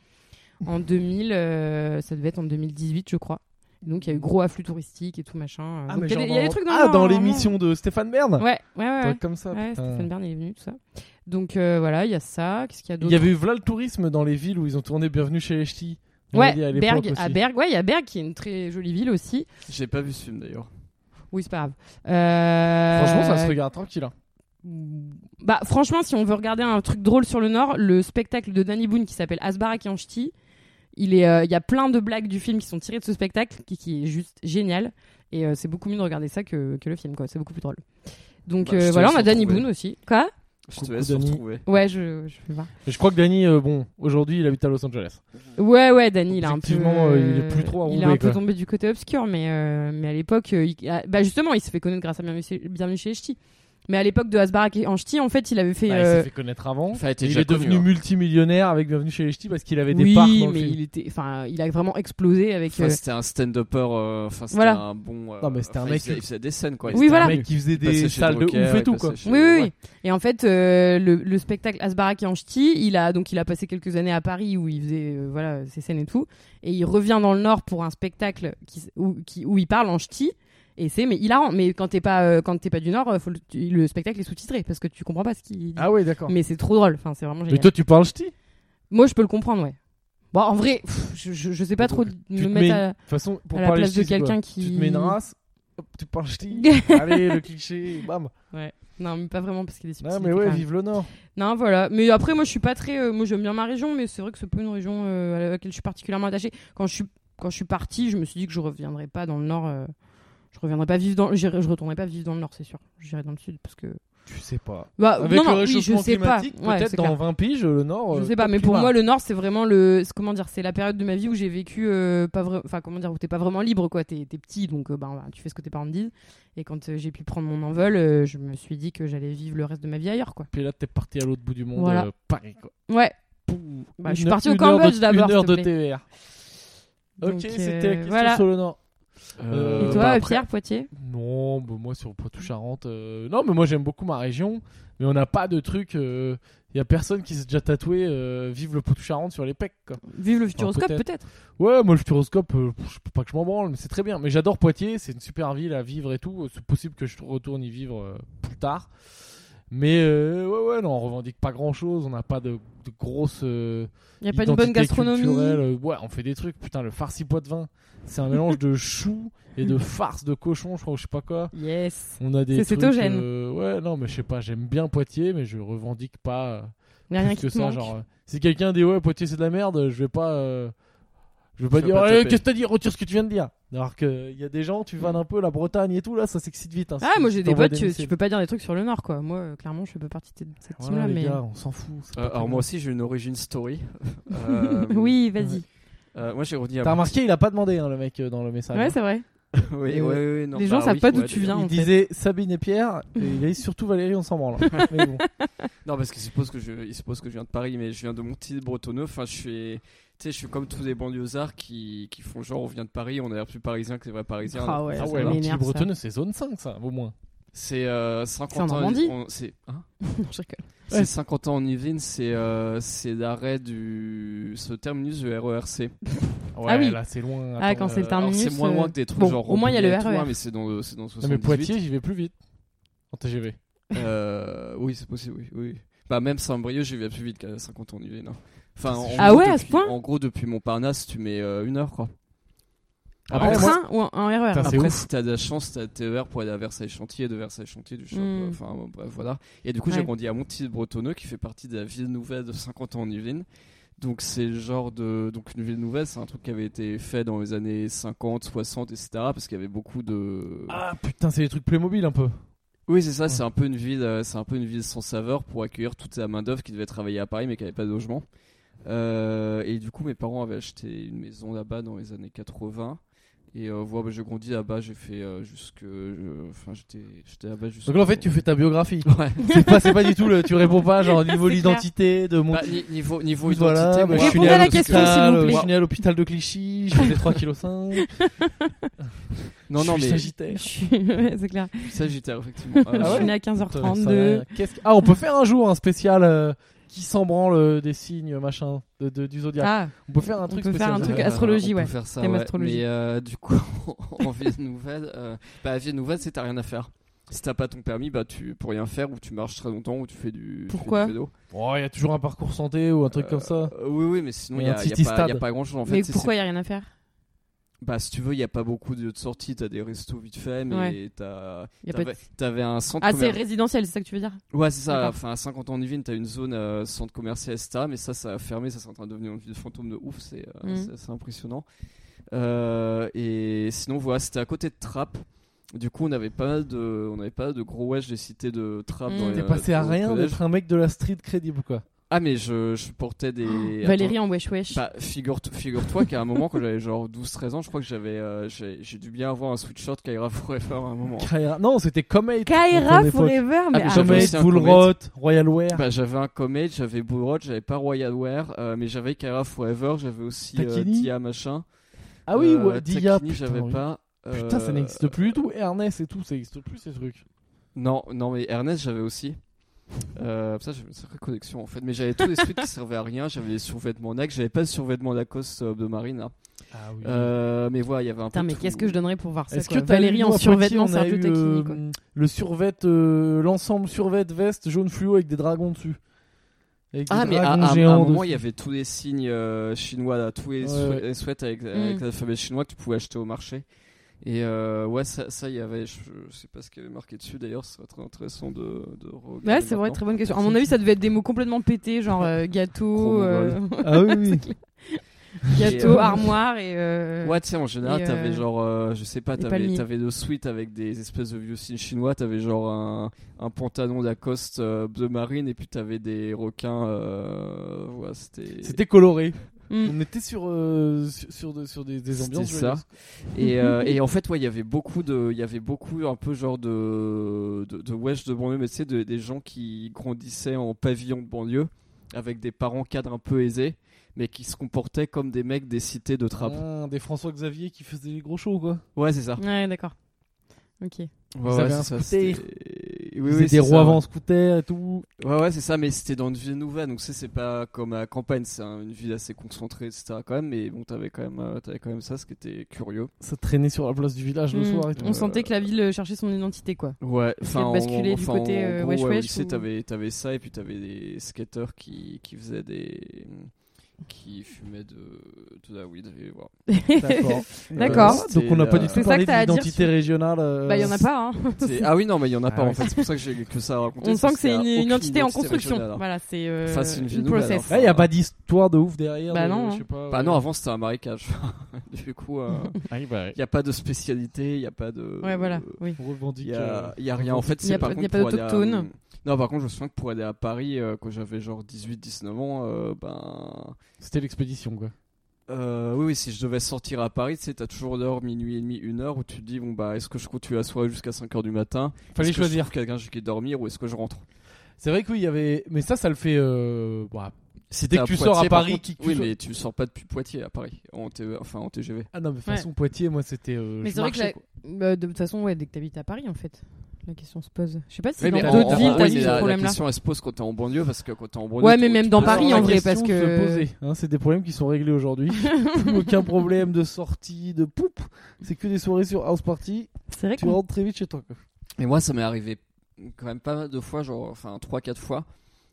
S2: en 2000, euh, ça devait être en 2018 je crois. Donc il y a eu gros afflux touristique et tout machin. euh.
S1: Ah,
S2: Donc,
S1: mais
S2: il y a
S1: genre
S2: des- il y a des trucs dans le
S1: Ah,
S2: Nord,
S1: dans
S2: vraiment.
S1: l'émission euh. de Stéphane Bern.
S2: Ouais, ouais, ouais.
S1: Un
S2: ouais.
S1: truc comme ça.
S2: Ouais,
S1: putain.
S2: Stéphane Bern il est venu tout ça. Donc euh, voilà, il y a ça. Qu'est-ce qu'il y a
S1: Il
S2: d'autre
S1: y avait eu voilà le tourisme dans les villes où ils ont tourné Bienvenue chez les Ch'tis. On l'a
S2: Ouais,
S1: dit à l'époque
S2: Berg, à
S1: aussi.
S2: Berg, ouais, il y a Berg qui est une très jolie ville aussi.
S3: J'ai pas vu ce film d'ailleurs.
S2: Oui, c'est pas grave. Euh,
S1: Franchement, ça se regarde tranquille. hein.
S2: Bah, franchement, si on veut regarder un truc drôle sur le Nord, le spectacle de Danny Boone qui s'appelle Asbarak et en ch'ti, il est, euh, il y a plein de blagues du film qui sont tirées de ce spectacle, qui, qui est juste génial. Et euh, c'est beaucoup mieux de regarder ça que, que le film, quoi. C'est beaucoup plus drôle. Donc
S3: Bah, je
S2: euh,
S3: te
S2: voilà, on
S3: laisse
S2: a Danny
S3: retrouver.
S2: Boone aussi. Quoi
S3: Je
S1: Coucou,
S3: te laisse
S1: Denis.
S3: retrouver.
S2: Ouais, je, je vais voir.
S1: Mais Je crois que Danny, euh, bon, aujourd'hui, il habite à Los Angeles.
S2: Ouais, ouais, Danny, il a un peu.
S1: Effectivement, euh, il est plus trop à
S2: Il est
S1: Roubaix,
S2: un peu
S1: quoi.
S2: tombé du côté obscur, mais, euh, mais à l'époque, euh, il- ah, bah justement, il se fait connaître grâce à Bienvenue chez, Bienvenue chez les Ch'tis. Mais à l'époque de Asbarak et en ch'ti, en fait, il avait fait.
S1: Bah, il
S2: euh,
S1: s'est fait connaître avant.
S3: Enfin, elle était
S1: Il
S3: déjà
S1: est devenu
S3: connue, hein.
S1: multimillionnaire avec Bienvenue chez les Ch'tis parce qu'il avait des
S2: oui,
S1: parts dans le
S2: mais
S1: film.
S2: il était, enfin, il a vraiment explosé avec.
S3: Enfin,
S2: euh,
S3: c'était un stand-upper. euh, Enfin, c'était
S2: Voilà.
S3: un bon. euh,
S1: Non, mais c'était un
S3: enfin,
S1: mec
S3: Il faisait,
S1: qui-
S3: il faisait des scènes quoi.
S2: Oui,
S3: C'était un
S2: voilà.
S1: Un
S3: mec
S1: mec qui faisait
S3: qui passait
S1: des
S3: Bah, chez
S1: salles de
S3: Drucker,
S1: ouf et
S3: il
S1: tout,
S3: passait
S1: quoi.
S3: chez-
S2: Oui, oui, oui.
S3: ouais.
S2: Et en fait, euh, le, le spectacle Asbarak et en ch'ti, il a donc il a passé quelques années à Paris où il faisait euh, voilà ses scènes et tout, et il revient dans le Nord pour un spectacle qui, s- où, qui- où il parle en ch'ti. Et c'est mais hilarant. Mais quand t'es pas euh, quand t'es pas du Nord, euh, faut le, tu- le spectacle est sous-titré parce que tu comprends pas ce qu'il dit.
S1: Ah ouais, d'accord.
S2: mais euh, c'est trop drôle. Enfin, c'est vraiment
S1: Mais
S2: génial.
S1: toi, tu parles ch'ti De
S2: Moi, je peux le comprendre, ouais. Bon, en vrai, pff, je, je, je sais pas trop
S1: bah, te
S2: me
S1: mets-
S2: mettre à-
S1: toute façon, pour
S2: à la
S1: parler
S2: place de
S1: ch'ti, c'est quoi
S2: quelqu'un qui-
S1: Tu te mets une race, hop, tu parles ch'ti. Allez, le cliché, bam.
S2: Non, mais pas vraiment parce qu'il est
S1: Non,
S2: subtil,
S1: mais
S2: quand
S1: ouais,
S2: même.
S1: vive le Nord.
S2: Non, voilà. Mais après, moi, je suis pas très. euh, moi, j'aime bien ma région, mais c'est vrai que c'est pas une région euh, à laquelle je suis particulièrement attachée. Quand je suis quand je suis partie, je me suis dit que je reviendrai pas dans le nord. euh, je reviendrai pas vivre dans. j'irai- Je retournerai pas vivre dans le nord, c'est sûr. J'irai dans le sud parce que.
S1: Tu sais pas.
S2: Bah,
S1: Avec le
S2: non, non, oui, je
S1: réchauffement
S2: sais pas.
S1: climatique,
S2: Ouais,
S1: peut-être
S2: c'est
S1: dans
S2: clair.
S1: 20 piges, le Nord.
S2: Je
S1: euh,
S2: sais pas,
S1: top
S2: mais pour
S1: climat.
S2: moi, le Nord, c'est vraiment le. c'est- Comment dire C'est la période de ma vie où j'ai vécu. euh, pas vra- Enfin, comment dire Où t'es pas vraiment libre, quoi. T'es t'es petit, donc euh, ben, voilà, tu fais ce que tes parents te disent. Et quand euh, j'ai pu prendre mon envol, euh, je me suis dit que j'allais vivre le reste de ma vie ailleurs, quoi.
S1: Puis là, t'es parti à l'autre bout du monde,
S2: Voilà.
S1: euh, Paris, quoi.
S2: Ouais.
S1: Pouh.
S2: Bah, je suis
S1: Une-
S2: partie au
S1: une heure de-
S2: Cambodge d'abord,
S1: Une heure
S2: s'il te
S1: de
S2: plaît.
S1: TVR. Ok,
S2: Donc,
S1: c'était
S2: euh,
S1: la question
S2: voilà.
S1: sur le Nord.
S3: Euh,
S2: Et
S1: bah,
S2: toi,
S1: après-
S2: Pierre, Poitiers
S1: Non, bah, moi sur Poitou-Charentes. euh, Non, mais moi j'aime beaucoup ma région, mais on n'a pas de truc. Il y a personne qui s'est déjà tatoué euh, Vive le Poitou-Charentes sur les pecs. Quoi.
S2: Vive le futuroscope,
S1: peut-être.
S2: peut-être.
S1: Ouais, moi le Futuroscope, euh, pff, je peux pas que je m'en branle, mais c'est très bien. Mais j'adore Poitiers, c'est une super ville à vivre et tout. C'est possible que je retourne y vivre euh, plus tard. Mais euh, ouais, ouais, non, on revendique pas grand chose. On n'a pas de, de grosses. euh,
S2: Il n'y a pas une bonne
S1: identité
S2: gastronomie.
S1: culturelle. Euh, Ouais, on fait des trucs. Putain, le farci pois de vin, c'est un mélange de chou et de farce de cochon, je crois, ou je sais pas quoi.
S2: Yes.
S1: On a des
S2: C'est
S1: trucs,
S2: cétogène.
S1: euh, ouais, non, mais je sais pas, j'aime bien Poitiers, mais je revendique pas euh,
S2: Il n'y a rien
S1: plus
S2: qui
S1: que
S2: te
S1: ça.
S2: manque.
S1: Genre, euh, si quelqu'un dit ouais, Poitiers c'est de la merde, je vais pas, euh, je vais pas
S3: Je vais
S1: dire
S3: pas
S1: Ouais,
S3: taper.
S1: qu'est-ce que t'as dit, retire ce que tu viens de dire. Alors que il y a des gens, tu vannes un peu la Bretagne et tout là, ça s'excite vite. hein.
S2: Mm. Ah,
S1: Si
S2: moi
S1: tu
S2: j'ai des
S1: t'envoies
S2: potes, tu,
S1: missiles.
S2: tu peux pas dire des trucs sur le Nord, quoi. Moi, euh, clairement, je fais pas partie de cette- cette
S1: Voilà,
S2: team-là,
S1: les
S2: mais.
S1: gars, on s'en fout. c'est
S3: euh,
S1: pas
S3: alors
S1: très
S3: moi
S1: grave.
S3: aussi j'ai une origin story. Euh,
S2: oui, vas-y.
S3: euh, moi j'ai grandi à
S1: T'as remarqué, il a pas demandé hein, le mec euh, dans le message.
S2: Ouais, c'est vrai.
S3: oui, oui, oui, non,
S2: euh, Les
S3: bah
S2: gens savent
S3: oui,
S2: pas d'où
S3: ouais,
S2: tu
S3: d'ailleurs.
S2: viens. en
S1: Il
S2: fait.
S1: disait Sabine et Pierre, et il est surtout Valérie, on s'en branle. hein. Mais bon.
S3: Non, parce qu'ils supposent que je, ils supposent que je viens de Paris, mais je viens de mon petit bretonneux. Enfin, je suis, tu sais, je suis comme tous les banlieusards qui, qui font genre on vient de Paris, on a l'air plus parisien que les vrais parisiens.
S2: Ah ouais,
S1: Ah
S2: ça
S1: ouais,
S2: m'énerve,
S1: petit
S2: ça.
S1: bretonneux, c'est zone 5, ça, au moins.
S3: hein. C'est euh,
S2: C'est en
S3: 50 ans.
S2: Normandie
S3: on- C'est hein
S2: Non, je rigole.
S3: C'est
S1: Ouais.
S3: 50 ans en Yvelines, c'est euh, c'est l'arrêt du ce terminus E du RERC.
S1: Ouais,
S2: Ah oui.
S1: là, c'est loin.
S2: Ah,
S1: attends,
S2: quand c'est le
S1: euh,
S3: Alors,
S2: terminus.
S3: C'est moins
S2: euh,
S3: loin que des trucs
S2: bon,
S3: genre
S2: au moins, il y a le E
S3: Rambouillet et tout,
S2: RER.
S3: hein, mais c'est dans le c'est dans le
S1: Non, mais
S3: 78.
S1: Poitiers, j'y vais plus vite. En TGV.
S3: Euh, oui, c'est possible, oui, oui. Bah, même Saint-Brieuc, j'y vais plus vite qu'à 50 ans en Yvelines. hein. Enfin, en
S2: Ah
S3: gros,
S2: ouais, à ce
S3: depuis-
S2: point
S3: En gros, depuis Montparnasse, tu mets euh, une heure, quoi.
S1: Ah
S2: En
S1: ouais, moi-
S2: train ou en- en RER
S1: Putain, c'est
S3: Après,
S1: ouf.
S3: si t'as de la chance, t'as tes heures pour aller à Versailles-Chantier, de Versailles-Chantier, du shop,
S2: Mm.
S3: euh, enfin bon, bref, voilà. Et du coup, j'ai
S2: Ouais.
S3: grandi à Montier-Bretonneux, qui fait partie de la ville nouvelle de 50 ans en Yvelines. Donc, c'est le genre de. Donc, une ville nouvelle, c'est un truc qui avait été fait dans les années 50, 60, etc. Parce qu'il y avait beaucoup de.
S1: Ah putain, c'est les trucs Playmobil un peu.
S3: Oui, c'est ça, c'est un peu une ville, euh, c'est un peu une ville sans saveur pour accueillir toute la main d'œuvre qui devait travailler à Paris mais qui n'avait pas de logement. Euh, et du coup, mes parents avaient acheté une maison là-bas dans les années 80. Et euh, voilà, bah, j'ai grandi là-bas, j'ai fait euh, jusque, je- enfin, j'étais, j'étais là-bas jusque.
S1: Donc là, en fait, tu fais ta biographie.
S3: Ouais.
S1: c'est pas, c'est pas du tout le. Tu réponds pas, genre, niveau
S2: C'est clair.
S1: l'identité, de mon.
S3: Bah, ni- niveau niveau
S1: Écoute, voilà,
S3: identité,
S1: bah,
S3: moi,
S1: je suis né
S2: Répondez à la
S1: l'hôpital,
S2: question, s'il vous plaît.
S1: Je suis né à l'hôpital de Clichy, je fais 3,5 kg.
S3: non non
S1: je suis
S3: mais
S2: Je
S1: Sagittaire.
S2: suis- ouais, c'est clair.
S3: Sagittaire effectivement. Ah,
S2: Je
S1: ouais
S2: suis née à
S1: Ça,
S2: 15h32.
S1: qu'est-ce que- Ah, on peut faire un jour un spécial euh, qui s'en branle euh, des signes, machin, de, de- du zodiaque.
S2: Ah,
S1: on peut faire un
S2: on
S1: truc
S2: peut faire
S1: spécial.
S2: un truc
S1: zodiaque.
S3: Euh,
S2: astrologie,
S3: on peut
S2: ouais.
S3: faire ça,
S2: Thème
S3: ouais.
S2: astrologie.
S3: Mais euh, du coup, en ville nouvelle, euh, bah, ville nouvelle, c'est t'as rien à faire. Si t'as pas ton permis, bah tu peux rien faire ou tu marches très longtemps ou tu fais du, tu fais
S2: Pourquoi
S3: du vélo.
S1: Oh, il y a toujours un parcours santé ou un truc comme ça.
S3: Euh, oui, oui, mais sinon
S1: Mais
S3: il y
S1: un
S3: a, y a
S1: city
S3: pas- y a
S1: stade.
S3: pas grand chose en fait.
S2: mais
S3: c'est-
S2: pourquoi il n'y a rien à faire
S3: c'est- Bah si tu veux, il y a pas beaucoup de lieux de sortie. T'as des restos vite fait, mais
S2: Ouais.
S3: t'as
S2: Y a pas de-
S3: t'avais t'avais un centre.
S2: Ah, c'est
S3: commercial
S2: résidentiel, c'est ça que tu veux dire
S3: Ouais, c'est ça.
S2: D'accord.
S3: Enfin, à 50 ans en Yvelines, t'as une zone euh, centre commercial, etc. Mais ça, ça a fermé. Ça, c'est en train de devenir une ville fantôme de ouf. C'est euh,
S2: Mhm.
S3: c'est assez impressionnant. Euh, et sinon, voilà, c'était à côté de Trappes. Du coup, on avait pas mal de, on avait pas mal de gros wesh des cités de Trappes.
S2: Mhm.
S3: dans les-
S2: T'es
S1: T'es passé à
S3: Euh, au
S1: rien
S3: collège.
S1: d'être un mec de la street crédible, quoi.
S3: Ah, mais je, je portais des.
S2: Oh, Valérie en wesh wesh.
S3: Bah, figure- figure-toi qu'à un moment, quand j'avais genre 12-13 ans, je crois que j'avais, euh, j'ai j'ai dû bien avoir un sweatshirt Kyra Forever à un moment.
S1: Kyra- Non, c'était Comate. à
S2: Kaira
S1: ton époque.
S2: Forever, mais
S3: Ah,
S2: arrête.
S3: jamais.
S1: Comate,
S3: aussi un
S1: Bullrot, Royal Wear.
S3: Bah, j'avais un Comet, j'avais Bullrod, j'avais pas Royal Wear, euh, mais j'avais Kyra Forever, j'avais aussi euh,
S1: Taquini.
S3: Dia machin.
S1: ah oui,
S3: Euh,
S1: ouais, Dia.
S3: Taquini,
S1: putain,
S3: j'avais
S1: oui.
S3: pas. euh,
S1: Putain, ça n'existe plus du tout. Ernest et tout, ça n'existe plus ces trucs.
S3: Non, non, mais Ernest, j'avais aussi. Euh, ça, j'avais une sacrée connexion en fait. Mais j'avais tous les suites qui servaient à rien. J'avais les survêtements NAC, j'avais pas le survêtement Lacoste euh, de Marine. là.
S1: Ah oui.
S3: Euh, mais voilà, il y avait un
S2: Putain,
S3: peu.
S2: mais
S3: tout.
S2: qu'est-ce que je donnerais pour voir ça
S1: Est-ce
S2: quoi.
S1: que t'as
S2: Valérie
S1: eu, nous,
S2: en
S1: à
S2: survêtement,
S1: Poitiers, on a
S2: Sergio
S1: eu,
S2: Tacchini,
S1: euh,
S2: quoi.
S1: Le survêt, euh, l'ensemble survêt veste jaune fluo avec des dragons dessus. Avec des
S3: Ah, mais à,
S1: dragons
S3: à- à un
S1: géants
S3: moment,
S1: dessus.
S3: il y avait tous les signes euh, chinois, là, tous les,
S1: Ouais,
S3: swe-
S1: ouais.
S3: les sweats avec, avec
S2: Mm.
S3: l'alphabet chinois que tu pouvais acheter au marché. Et euh, ouais, ça, ça, il y avait, je, je sais pas ce qu'il y avait marqué dessus d'ailleurs, ce serait très intéressant de, de regarder.
S2: Ouais, c'est vrai,
S3: maintenant.
S2: très bonne question. À mon avis, ça devait être des mots complètement pétés, genre euh,
S3: Gros
S2: gâteau, euh,
S3: mongol.
S1: Ah oui, oui.
S2: gâteau,
S3: euh,
S2: armoire et. euh,
S3: Ouais, tu sais, en général,
S2: et,
S3: t'avais
S2: euh,
S3: genre, euh, je sais pas,
S2: les
S3: t'avais
S2: palmiers.
S3: t'avais deux suites avec des espèces de vieux signes chinois, t'avais genre un, un pantalon Lacoste euh, bleu marine, et puis t'avais des requins, euh, ouais, c'était.
S1: C'était coloré.
S2: hmm.
S1: On était sur, euh, sur, sur de- sur des, des
S3: C'était
S1: ambiances.
S3: ça.
S1: joyeuses.
S3: Et, euh, et en fait, ouais, il y avait beaucoup de, il y avait beaucoup un peu genre de, de, de wesh de banlieue, mais tu sais, de- des gens qui grandissaient en pavillon de banlieue avec des parents cadres un peu aisés, mais qui se comportaient comme des mecs des cités de trappe.
S1: Ah, des François Xavier qui faisaient des gros shows, quoi.
S3: Ouais, c'est ça.
S2: Ouais, d'accord. Ok.
S3: Ouais,
S1: Ils
S3: ouais,
S1: avaient
S3: c'est
S1: un
S3: ça,
S1: scooter.
S3: c'était-
S1: Ils
S3: Oui,
S1: faisaient
S3: oui,
S1: des
S3: c'est
S1: rois
S3: ça,
S1: avant scooter et tout.
S3: Ouais, ouais, c'est ça, mais c'était dans une ville nouvelle, donc tu sais, c'est pas comme à la campagne, c'est un- une ville assez concentrée, etc. quand même, mais bon, t'avais quand même, euh, t'avais quand même ça, ce qui était curieux.
S1: Ça traînait sur la place du village le
S2: Hmm.
S1: soir et tout.
S2: On sentait que la ville euh, cherchait son identité, quoi.
S3: Ouais,
S2: Parce qu'elle basculait du côté, euh,
S3: en
S2: wesh
S3: ouais, au
S2: wesh
S3: lycée,
S2: ou-
S3: t'avais, t'avais ça, et puis t'avais des skateurs qui, qui faisaient des. qui fumaient de, de la weed, et voilà.
S1: D'accord.
S2: D'accord.
S1: Euh, donc on n'a pas du
S3: C'est
S1: tout
S2: ça
S1: parlé
S2: que t'as à dire
S1: d'identité
S2: sur-
S1: régionale. euh,
S2: Bah, il y en a pas, hein.
S3: C'est- Ah oui, non, mais il y en a
S1: Ah
S3: pas
S1: ouais.
S3: en fait, c'est pour ça que j'ai que ça à raconter.
S2: On
S3: parce
S2: sent que c'est
S3: ça a
S2: une,
S3: aucune
S2: une entité en
S3: identité
S2: construction.
S3: régionale. hein.
S2: Voilà, c'est euh,
S3: Ça, c'est une ville nouvelle,
S2: process.
S1: Là, il n'y a pas d'histoire de ouf derrière.
S2: Bah
S1: de-
S2: non,
S1: je
S2: hein.
S1: sais pas, euh,
S3: Bah
S1: ouais.
S3: non, avant c'était un marécage. du coup, il
S1: Ah oui, bah,
S3: n'y a pas de spécialité, il n'y a pas de.
S2: Ouais, voilà. Oui.
S1: on revendique.
S3: Il y
S1: euh,
S3: a, y a rien en fait.
S2: Y a
S3: c'est
S2: pas-
S3: par
S2: y a
S3: contre
S2: pas
S3: pour aller à- euh,
S2: d'autochtones.
S3: Non, par contre, je me souviens que pour aller à Paris, euh, quand j'avais genre 18-19 ans, euh, ben.
S1: C'était l'expédition, quoi.
S3: Euh, oui, oui, si je devais sortir à Paris, tu sais, t'as toujours l'heure, minuit et demi, une heure, où tu te dis, bon, bah, est-ce que je continue à soirée jusqu'à 5h du matin
S1: Fallait
S3: Est-ce que je
S1: choisir.
S3: trouve quelqu'un chez qui dormir ou est-ce que je rentre
S1: C'est vrai que oui, il y avait. Mais ça, ça le fait. euh, bah,
S3: Si
S1: Dès
S3: t'es
S1: que tu
S3: Poitiers,
S1: sors à
S3: par
S1: Paris,
S3: contre-
S1: qui que tu
S3: oui,
S1: sois-
S3: mais tu sors pas depuis Poitiers à Paris, en T- E, enfin en TGV.
S1: Ah non, mais de toute
S2: Ouais.
S1: façon, Poitiers, moi, c'était. euh,
S2: Mais
S1: je
S2: c'est vrai que
S1: marchais,
S2: la- bah, de toute façon, ouais, dès que t'habites à Paris, en fait, la question se pose. Je sais pas si
S3: Oui,
S2: dans
S3: mais en-
S2: d'autres
S3: en-
S2: villes
S3: oui,
S2: t'as
S3: mais
S2: eu ce
S3: la- La
S2: problème-là.
S3: question elle se pose quand t'es en banlieue parce que quand t'es en banlieue.
S2: Ouais,
S3: tu-
S2: mais
S3: tu
S2: même
S3: peux
S2: dans
S1: quoi.
S3: sortir
S2: Paris,
S1: La
S2: en vrai,
S1: question
S2: parce que-
S1: se posait, hein, c'est des problèmes qui sont réglés aujourd'hui. Plus aucun problème de sortie, de poupe. C'est que des soirées sur House Party.
S2: C'est vrai
S1: Tu
S2: que
S1: rentres très vite chez toi. quoi.
S3: Et moi, ça m'est arrivé quand même pas mal de fois, genre, enfin, 3-4 fois,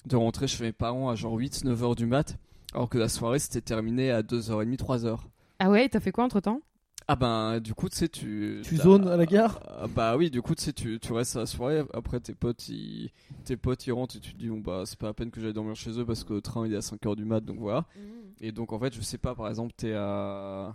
S3: de rentrer chez mes parents à genre 8-9 heures du mat, alors que la soirée c'était terminée à 2h30, 3h.
S2: Ah ouais, t'as fait quoi entre temps
S3: Ah ben, du coup, tu sais, tu.
S1: Tu
S3: t'as-
S1: zones à la gare
S3: Ah bah oui, du coup, tu sais, tu, tu restes à la soirée, après tes potes, ils, tes potes, ils rentrent et tu te dis, bon bah, c'est pas la peine que j'aille dormir chez eux parce que le train il est à 5h du mat, donc voilà. Et donc, en fait, je sais pas, par exemple, t'es à.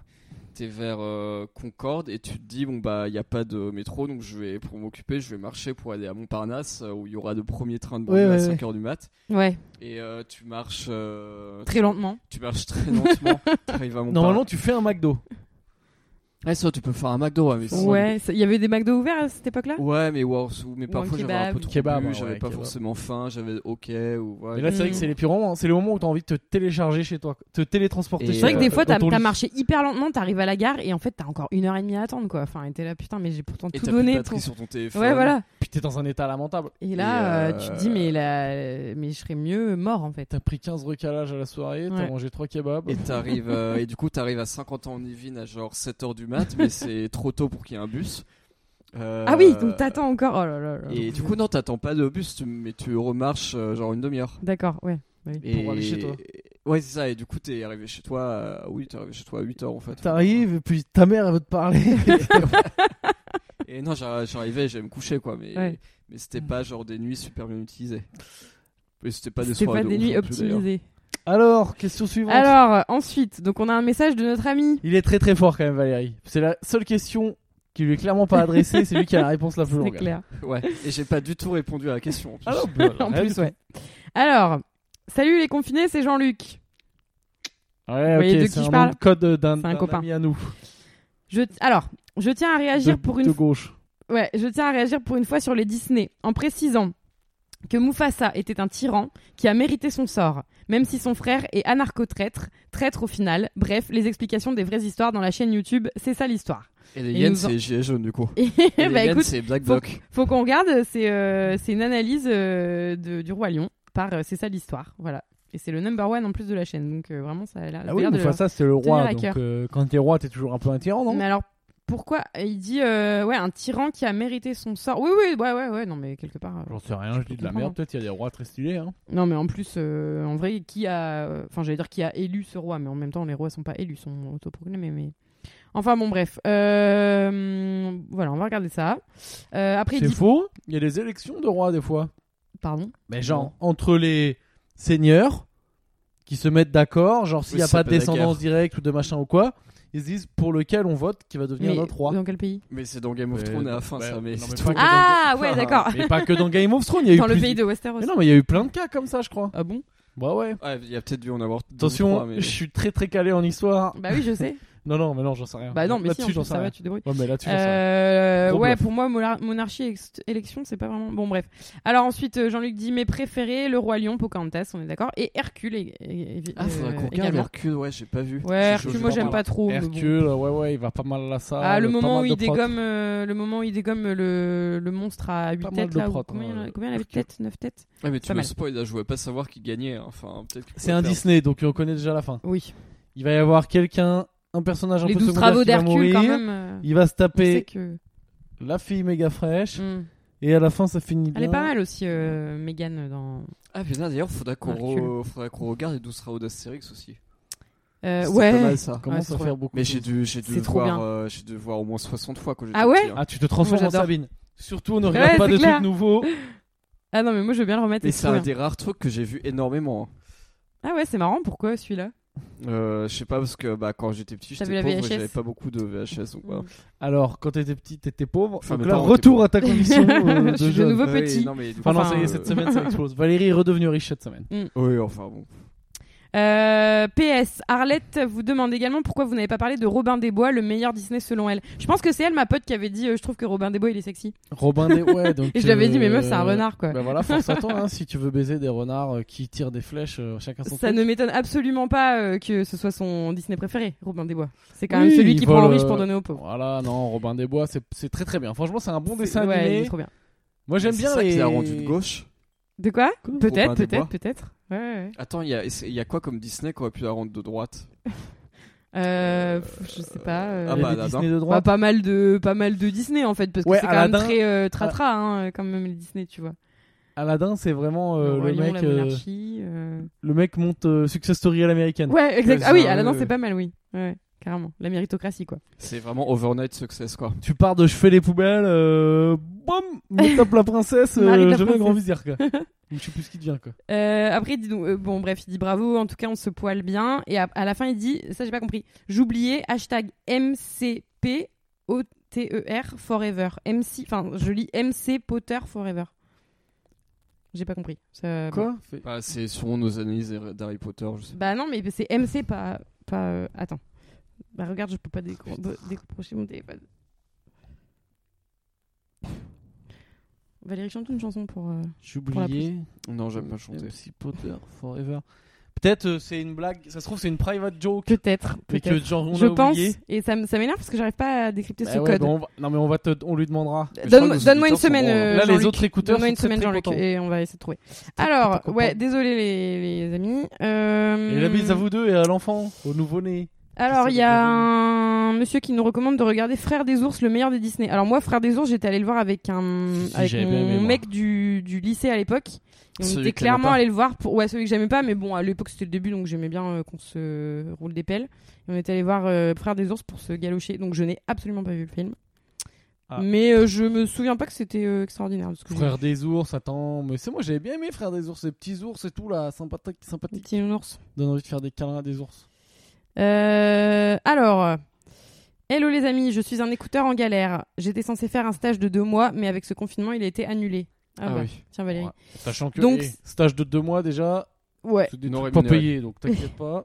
S3: T'es vers euh, Concorde et tu te dis, bon bah, il n'y a pas de métro, donc je vais, pour m'occuper, je vais marcher pour aller à Montparnasse euh, où il y aura le premier train de banlieue
S1: Ouais,
S3: à
S1: ouais,
S3: 5h du mat.
S2: Ouais,
S3: Et euh, tu marches. euh,
S2: très lentement.
S3: Tu marches très lentement, t'arrives à Montparnasse.
S1: Normalement, tu fais un McDo.
S3: Ouais, ça, tu peux faire un McDo, ouais, mais sinon,
S2: Ouais, ça- il y avait des McDo ouverts à cette époque-là
S3: Ouais, mais wow, sous- mais
S2: Ou un
S3: parfois j'avais un
S2: kebab.
S3: peu trop
S1: Kebab,
S3: bu,
S1: ouais,
S3: j'avais
S1: ouais,
S3: pas
S1: kebab.
S3: forcément faim, j'avais OK ou
S1: Et
S3: voilà.
S1: là, c'est vrai que
S2: Mm.
S1: c'est les pires moments. hein. C'est le moment où t'as envie de te télécharger chez toi, quoi. te télétransporter.
S3: Et euh,
S1: chez
S2: C'est vrai que
S1: toi,
S2: des fois,
S1: dans
S2: t'as
S1: ton
S2: t'as
S1: lit.
S2: marché hyper lentement, t'arrives à la gare et en fait, t'as encore une heure et demie à attendre, quoi. Enfin, et t'es là, putain, mais j'ai pourtant
S3: Et
S2: tout
S3: t'as plus de
S2: donné.
S3: batterie
S2: Pour...
S3: sur ton téléphone.
S2: Ouais, voilà.
S1: Puis t'es dans un état lamentable.
S2: Et là,
S3: Et,
S2: euh,
S3: euh,
S2: tu te dis, mais, la... mais je serais mieux mort, en fait.
S1: T'as pris 15 recalages à la soirée, t'as
S2: Ouais.
S1: mangé 3 kebabs.
S3: Et t'arrives euh, et du coup t'arrives à 50 ans en Yvine à genre 7h du mat, mais c'est trop tôt pour qu'il y ait un bus. Euh,
S2: Ah oui, donc t'attends encore. Oh là là là.
S3: Et du coup non, t'attends pas de bus, tu- mais tu remarches euh, genre une demi-heure.
S2: D'accord, ouais. oui.
S3: Et...
S1: aller chez toi.
S3: Ouais, c'est ça. Et du coup t'es arrivé chez toi. à- Oui, t'es arrivé chez toi à 8h en fait.
S1: T'arrives, et puis ta mère, elle veut te parler.
S3: Et non, j'ar- j'arrivais, j'allais me coucher quoi, mais
S2: Ouais. Mm.
S3: mais c'était pas genre des nuits super bien utilisées. Mais c'était pas des
S2: C'était
S3: soirées
S2: pas
S3: de
S2: des
S3: ouf
S2: nuits
S3: non plus, d'ailleurs.
S2: optimisées.
S1: Alors, question suivante.
S2: Alors, euh, ensuite, donc on a un message de notre ami.
S1: Il est très très fort quand même, Valérie. C'est la seule question qui lui est clairement pas adressée. C'est lui qui a la réponse la plus
S2: C'est
S1: longue.
S2: clair.
S3: Ouais, et j'ai pas du tout répondu à la question. en plus.
S1: Ah non, bah,
S2: en
S1: rien
S2: plus,
S1: du
S2: ouais. Alors, salut les confinés, c'est Jean-Luc.
S1: tout. Ouais,
S2: voyez
S1: ok,
S2: de
S1: c'est
S2: qui
S1: un
S2: je
S1: nom
S2: parle
S1: de code d'un
S2: C'est un
S1: d'un
S2: copain.
S1: ami à nous.
S2: Je t- Alors, je tiens à réagir
S1: de,
S2: pour une
S1: de gauche.
S2: Ouais, je tiens à réagir pour une fois sur les Disney, en précisant que Mufasa était un tyran qui a mérité son sort, même si son frère est anarcho-traître, traître au final. Bref, les explications des vraies histoires dans la chaîne YouTube, c'est ça l'histoire.
S3: Et les
S2: Et
S3: yens,
S2: nous en-
S3: c'est Gilets jaunes du coup.
S2: Et
S3: Et les
S2: bah
S3: yens,
S2: écoute,
S3: c'est Black
S2: faut-
S3: Bloc.
S2: faut qu'on regarde, c'est euh, c'est une analyse euh, de, du Roi Lion par euh, C'est ça l'histoire, voilà. Et c'est le number one en plus de la chaîne, donc euh, vraiment ça a l'air
S1: Ah
S2: ça a
S1: oui,
S2: l'air de
S1: mais
S2: leur-
S1: enfin, ça c'est le
S2: tenir
S1: roi.
S2: à
S1: Donc
S2: cœur.
S1: euh, quand t'es roi, t'es toujours un peu un tyran, non
S2: Mais alors, pourquoi Il dit, euh, ouais, un tyran qui a mérité son sort. Oui, oui, ouais, ouais, ouais, non, mais quelque part. euh,
S1: J'en sais rien, je dis de la
S2: comprends.
S1: merde. Peut-être il y a des rois très stylés. Hein.
S2: Non, mais en plus, euh, en vrai, qui a. Enfin, j'allais dire qui a élu ce roi, mais en même temps, les rois sont pas élus, sont autoproclamés. Mais... Enfin, bon, bref. Euh, Voilà, on va regarder ça. Euh, après, il
S1: C'est
S2: dit.
S1: faux. Il y a des élections de rois des fois.
S2: Pardon.
S1: Mais genre entre les seigneurs qui se mettent d'accord, genre s'il
S3: Oui,
S1: n'y a pas
S3: ça
S1: de
S3: s'appelle la
S1: descendance directe ou de machin ou quoi, ils se disent pour lequel on vote qui va devenir
S2: Mais
S1: notre roi.
S2: dans quel pays
S3: Mais c'est dans Game of Thrones à la fin,
S1: Ouais, bah,
S3: ça. Mais
S1: non, mais
S3: c'est
S1: pas
S3: tout.
S1: que dans-
S2: Ah, ouais,
S3: Enfin,
S2: d'accord.
S1: Mais pas que dans Game of Thrones, il y a eu
S2: Dans le
S1: plus-
S2: pays de Westeros.
S1: euh, Mais non, mais il y a eu plein de cas comme ça, je crois.
S2: Ah bon
S1: Bah ouais.
S3: Ouais, il y a peut-être dû en avoir. deux ou
S1: Attention,
S3: trois, mais-
S1: je suis très très calé en histoire.
S2: Bah oui, je sais.
S1: Non, non, mais non, j'en sais rien.
S2: bah non,
S1: Ah.
S2: mais si, en
S1: là-dessus,
S2: plus,
S1: j'en sais
S2: ça va,
S1: rien.
S2: tu te débrouilles.
S1: Ouais, mais là-dessus, j'en sais rien.
S2: Euh,
S1: Gros
S2: ouais,
S1: bluff.
S2: pour moi, mola- monarchie et ex- élection, c'est pas vraiment. Bon, bref. Alors ensuite, euh, Jean-Luc dit mes préférés, le roi lion, Pocahontas, on est d'accord, et Hercule. ég- ég-
S3: Ah, faudra
S2: euh,
S3: qu'on regarde
S2: également.
S3: Hercule, ouais, j'ai pas vu.
S2: Ouais,
S3: Je- je-
S2: Hercule,
S3: je
S2: moi,
S3: vais
S2: j'aime
S3: en
S2: pas trop. mais bon.
S1: Hercule, ouais, ouais, il va pas mal à ça.
S2: Ah, le
S1: pas
S2: moment
S1: mal
S2: où
S1: de
S2: il
S1: protes.
S2: dégomme, euh, le moment où il dégomme le, le monstre à 8
S1: Pas mal
S2: têtes
S1: de
S2: là, ou
S1: protes,
S2: combien,
S1: hein,
S2: il en a- combien il avait de
S1: Hercule.
S2: têtes 9 têtes
S3: Ah, mais tu
S2: Pas
S3: me
S2: mal.
S3: spoil, là, je voulais pas savoir qui gagnait. hein. Enfin, peut-être. qu'il
S1: C'est
S3: pouvait
S1: un
S3: perdre.
S1: Disney, donc on connaît déjà la fin.
S2: Oui.
S1: Il va y avoir quelqu'un, un personnage un
S2: Les
S1: peu
S2: 12
S1: secondaire
S2: travaux
S1: qui va
S2: d'Hercule quand
S1: mourir.
S2: même. euh,
S1: Il va se
S2: on sait
S1: taper
S2: que...
S1: la fille méga fraîche
S2: Mm.
S1: et à la fin ça finit bien.
S2: Elle est pas mal aussi, euh, Megan dans.
S3: Ah, putain, d'ailleurs, faudra qu'on
S2: Hercule.
S3: re- faudra qu'on regarde les 12 travaux d'Astérix aussi.
S2: Bah, Euh,
S3: C'était
S2: ouais.
S3: pas mal, ça.
S1: Comment
S2: Ouais, c'est
S1: ça
S2: trop
S1: faire beaucoup
S3: Mais
S1: de
S3: j'ai
S1: choses.
S3: dû, j'ai dû
S2: C'est
S3: le
S2: trop
S3: voir,
S2: bien.
S3: euh, j'ai dû le voir au moins 60 fois quand j'étais
S2: Ah
S3: petit,
S2: ouais
S3: hein.
S1: Ah, tu te transformes
S2: Moi,
S1: en
S2: j'adore.
S1: Sabine. Surtout, ne
S2: Ouais,
S1: regarde pas
S2: c'est
S1: de
S2: clair.
S1: trucs nouveaux.
S2: Ah non, mais moi je veux bien le remettre.
S3: Mais
S2: c'est
S3: c'est
S2: trop
S3: un
S2: bien.
S3: des rares trucs que j'ai vu énormément. hein.
S2: Ah ouais, c'est marrant, pourquoi celui-là
S3: Euh, je sais pas parce que bah, quand j'étais petit,
S2: T'as vu
S3: j'étais
S2: la
S3: pauvre et
S2: VHS?
S3: j'avais pas beaucoup de VHS. Donc, voilà.
S2: Mm.
S1: Alors, quand t'étais petit, t'étais pauvre.
S3: Enfin,
S1: Donc
S3: mes
S1: là,
S3: parents
S1: retour
S3: étaient
S1: à ta condition euh, de
S2: Je suis de
S1: jeune.
S2: nouveau- Un peu
S3: Ah oui,
S2: petit.
S3: non, mais du coup,
S1: Enfin, non,
S2: Enfin,
S1: ça y est,
S3: euh,
S1: cette semaine ça explose. Valérie est redevenue riche cette semaine.
S3: Oui, enfin bon.
S2: Euh, PS, Arlette vous demande également pourquoi vous n'avez pas parlé de Robin des Bois, le meilleur Disney selon elle. Je pense que c'est elle, ma pote, qui avait dit euh, Je trouve que Robin des Bois, il est sexy.
S1: Robin des ouais donc
S2: Et je lui avais dit
S1: euh,
S2: Mais meuf, c'est un renard, quoi.
S1: Bah voilà, force à toi hein, si tu veux baiser des renards euh, qui tirent des flèches euh, chacun son
S2: Ça
S1: truc.
S2: ne m'étonne absolument pas euh, que ce soit son Disney préféré, Robin des Bois. C'est quand
S1: Oui,
S2: même celui
S1: ils
S2: qui prend
S1: volent,
S2: aux riches
S1: euh,
S2: pour donner aux pauvres.
S1: Voilà, non, Robin des Bois, c'est c'est très très bien. Franchement, c'est un bon dessin
S2: ouais, il est
S1: animé.
S2: trop bien.
S1: Moi, j'aime
S3: C'est
S1: bien
S3: ça
S1: les
S3: qui l'a rendu de gauche.
S2: De quoi
S1: Robin
S2: Peut-être,
S3: des
S2: peut-être,
S3: Bois.
S2: peut-être. Ouais, ouais, ouais.
S3: Attends, il y a, il y a quoi comme Disney qu'on aurait pu la rendre de droite
S2: Euh, pff, je sais pas. euh,
S3: Ah
S1: Il y a
S3: bah,
S1: des
S3: là,
S1: Disney de
S2: Bah,
S1: droite.
S2: pas mal de pas mal de Disney en fait parce que
S1: Ouais,
S2: c'est quand même
S1: Aladdin. Ah.
S2: très euh, tratra hein, quand même les Disney tu vois
S1: Aladdin, c'est vraiment euh,
S2: le, Roi
S1: le
S2: Lion,
S1: mec
S2: la
S1: euh,
S2: monarchie euh.
S1: le mec monte euh, success story à l'américaine.
S2: ouais exact
S3: c'est
S2: ah oui
S3: un-
S2: Aladdin
S3: ouais,
S1: euh.
S2: c'est pas mal oui ouais, carrément la méritocratie quoi
S3: C'est vraiment overnight success quoi.
S1: Tu pars de je fais les poubelles, euh, boum, me tape la princesse,
S2: Marie
S1: euh,
S2: la
S1: je veux le grand
S2: princesse.
S1: vizir quoi. Je sais plus ce qui devient quoi.
S2: Euh, après, dis donc, euh, bon, bref, il dit bravo, en tout cas, on se poile bien. Et à, à la fin, il dit, ça, j'ai pas compris, j'oubliais, hashtag MCPOTER E forever. MC, enfin, je lis MC Potter forever. J'ai pas compris. Ça-
S1: Quoi Fait-
S3: Bah, c'est sûrement nos analyses d'Harry Potter, je sais pas.
S2: Bah non, mais c'est MC, pas. pas euh, attends. Bah regarde, je peux pas décro- décrocher mon téléphone. Valérie, chante une chanson pour. euh,
S1: J'ai
S2: la
S1: oublié.
S3: Non, j'aime pas chanter.
S1: MC Potter Forever. Peut-être euh, c'est une blague, ça se trouve c'est une private joke.
S2: Peut-être.
S1: mais
S2: peut-être.
S1: que genre on
S2: Je
S1: a
S2: pense.
S1: oublié.
S2: Et ça, m- ça m'énerve parce que j'arrive pas à décrypter
S1: Bah
S2: ce
S1: ouais,
S2: code.
S1: bah on va- Non mais on va te, on lui demandera.
S3: Mais je crois que
S2: Donne-
S3: nos
S2: Donne-moi une
S3: auditeurs
S2: semaine.
S3: sauront, euh,
S2: euh,
S1: Là les
S2: Jean-Luc.
S1: autres écouteurs
S2: Donne-moi
S1: sont
S2: une
S1: très,
S2: semaine,
S1: très
S2: Jean-Luc,
S1: contents.
S2: et on va essayer de trouver.
S1: très,
S2: Alors,
S1: très contents.
S2: ouais, désolé les, les amis. Euh,
S1: Et la bise à vous deux et à l'enfant, au nouveau-né.
S2: Alors,
S1: Christophe
S2: il y a
S1: Delarue.
S2: un monsieur qui nous recommande de regarder Frères des ours, le meilleur des Disney. Alors moi, Frères des ours, j'étais allé le voir avec un
S1: Si,
S2: avec
S1: j'avais
S2: mon
S1: bien aimé, moi.
S2: mec du, du lycée à l'époque. Et On
S3: Celui
S2: était
S3: que t'aimais
S2: clairement
S3: pas.
S2: allé le voir pour ouais celui que j'aimais pas, mais bon à l'époque c'était le début donc j'aimais bien euh, qu'on se roule des pelles. Et on était allé voir euh, Frères des ours pour se galocher, donc je n'ai absolument pas vu le film.
S1: Ah.
S2: Mais euh, je me souviens pas que c'était euh, extraordinaire. Parce que j'ai-
S1: Frère des ours, attends, mais c'est moi j'avais bien aimé Frère des ours, ces petits ours et tout là, sympathique,
S2: Des
S1: sympathique.
S2: petits nounours.
S1: Donne envie de faire des câlins à des ours.
S2: Euh, alors, hello les amis, je suis un écouteur en galère. J'étais censé faire un stage de deux mois, mais avec ce confinement, il a été annulé. Ah, bah,
S1: oui.
S2: tiens Valérie.
S1: Ouais. Sachant que
S2: Donc-
S1: eh, stage de deux mois déjà,
S2: Ouais.
S1: c'est des
S3: Non
S1: trucs pas
S3: rémunérés.
S1: payés, donc t'inquiète pas.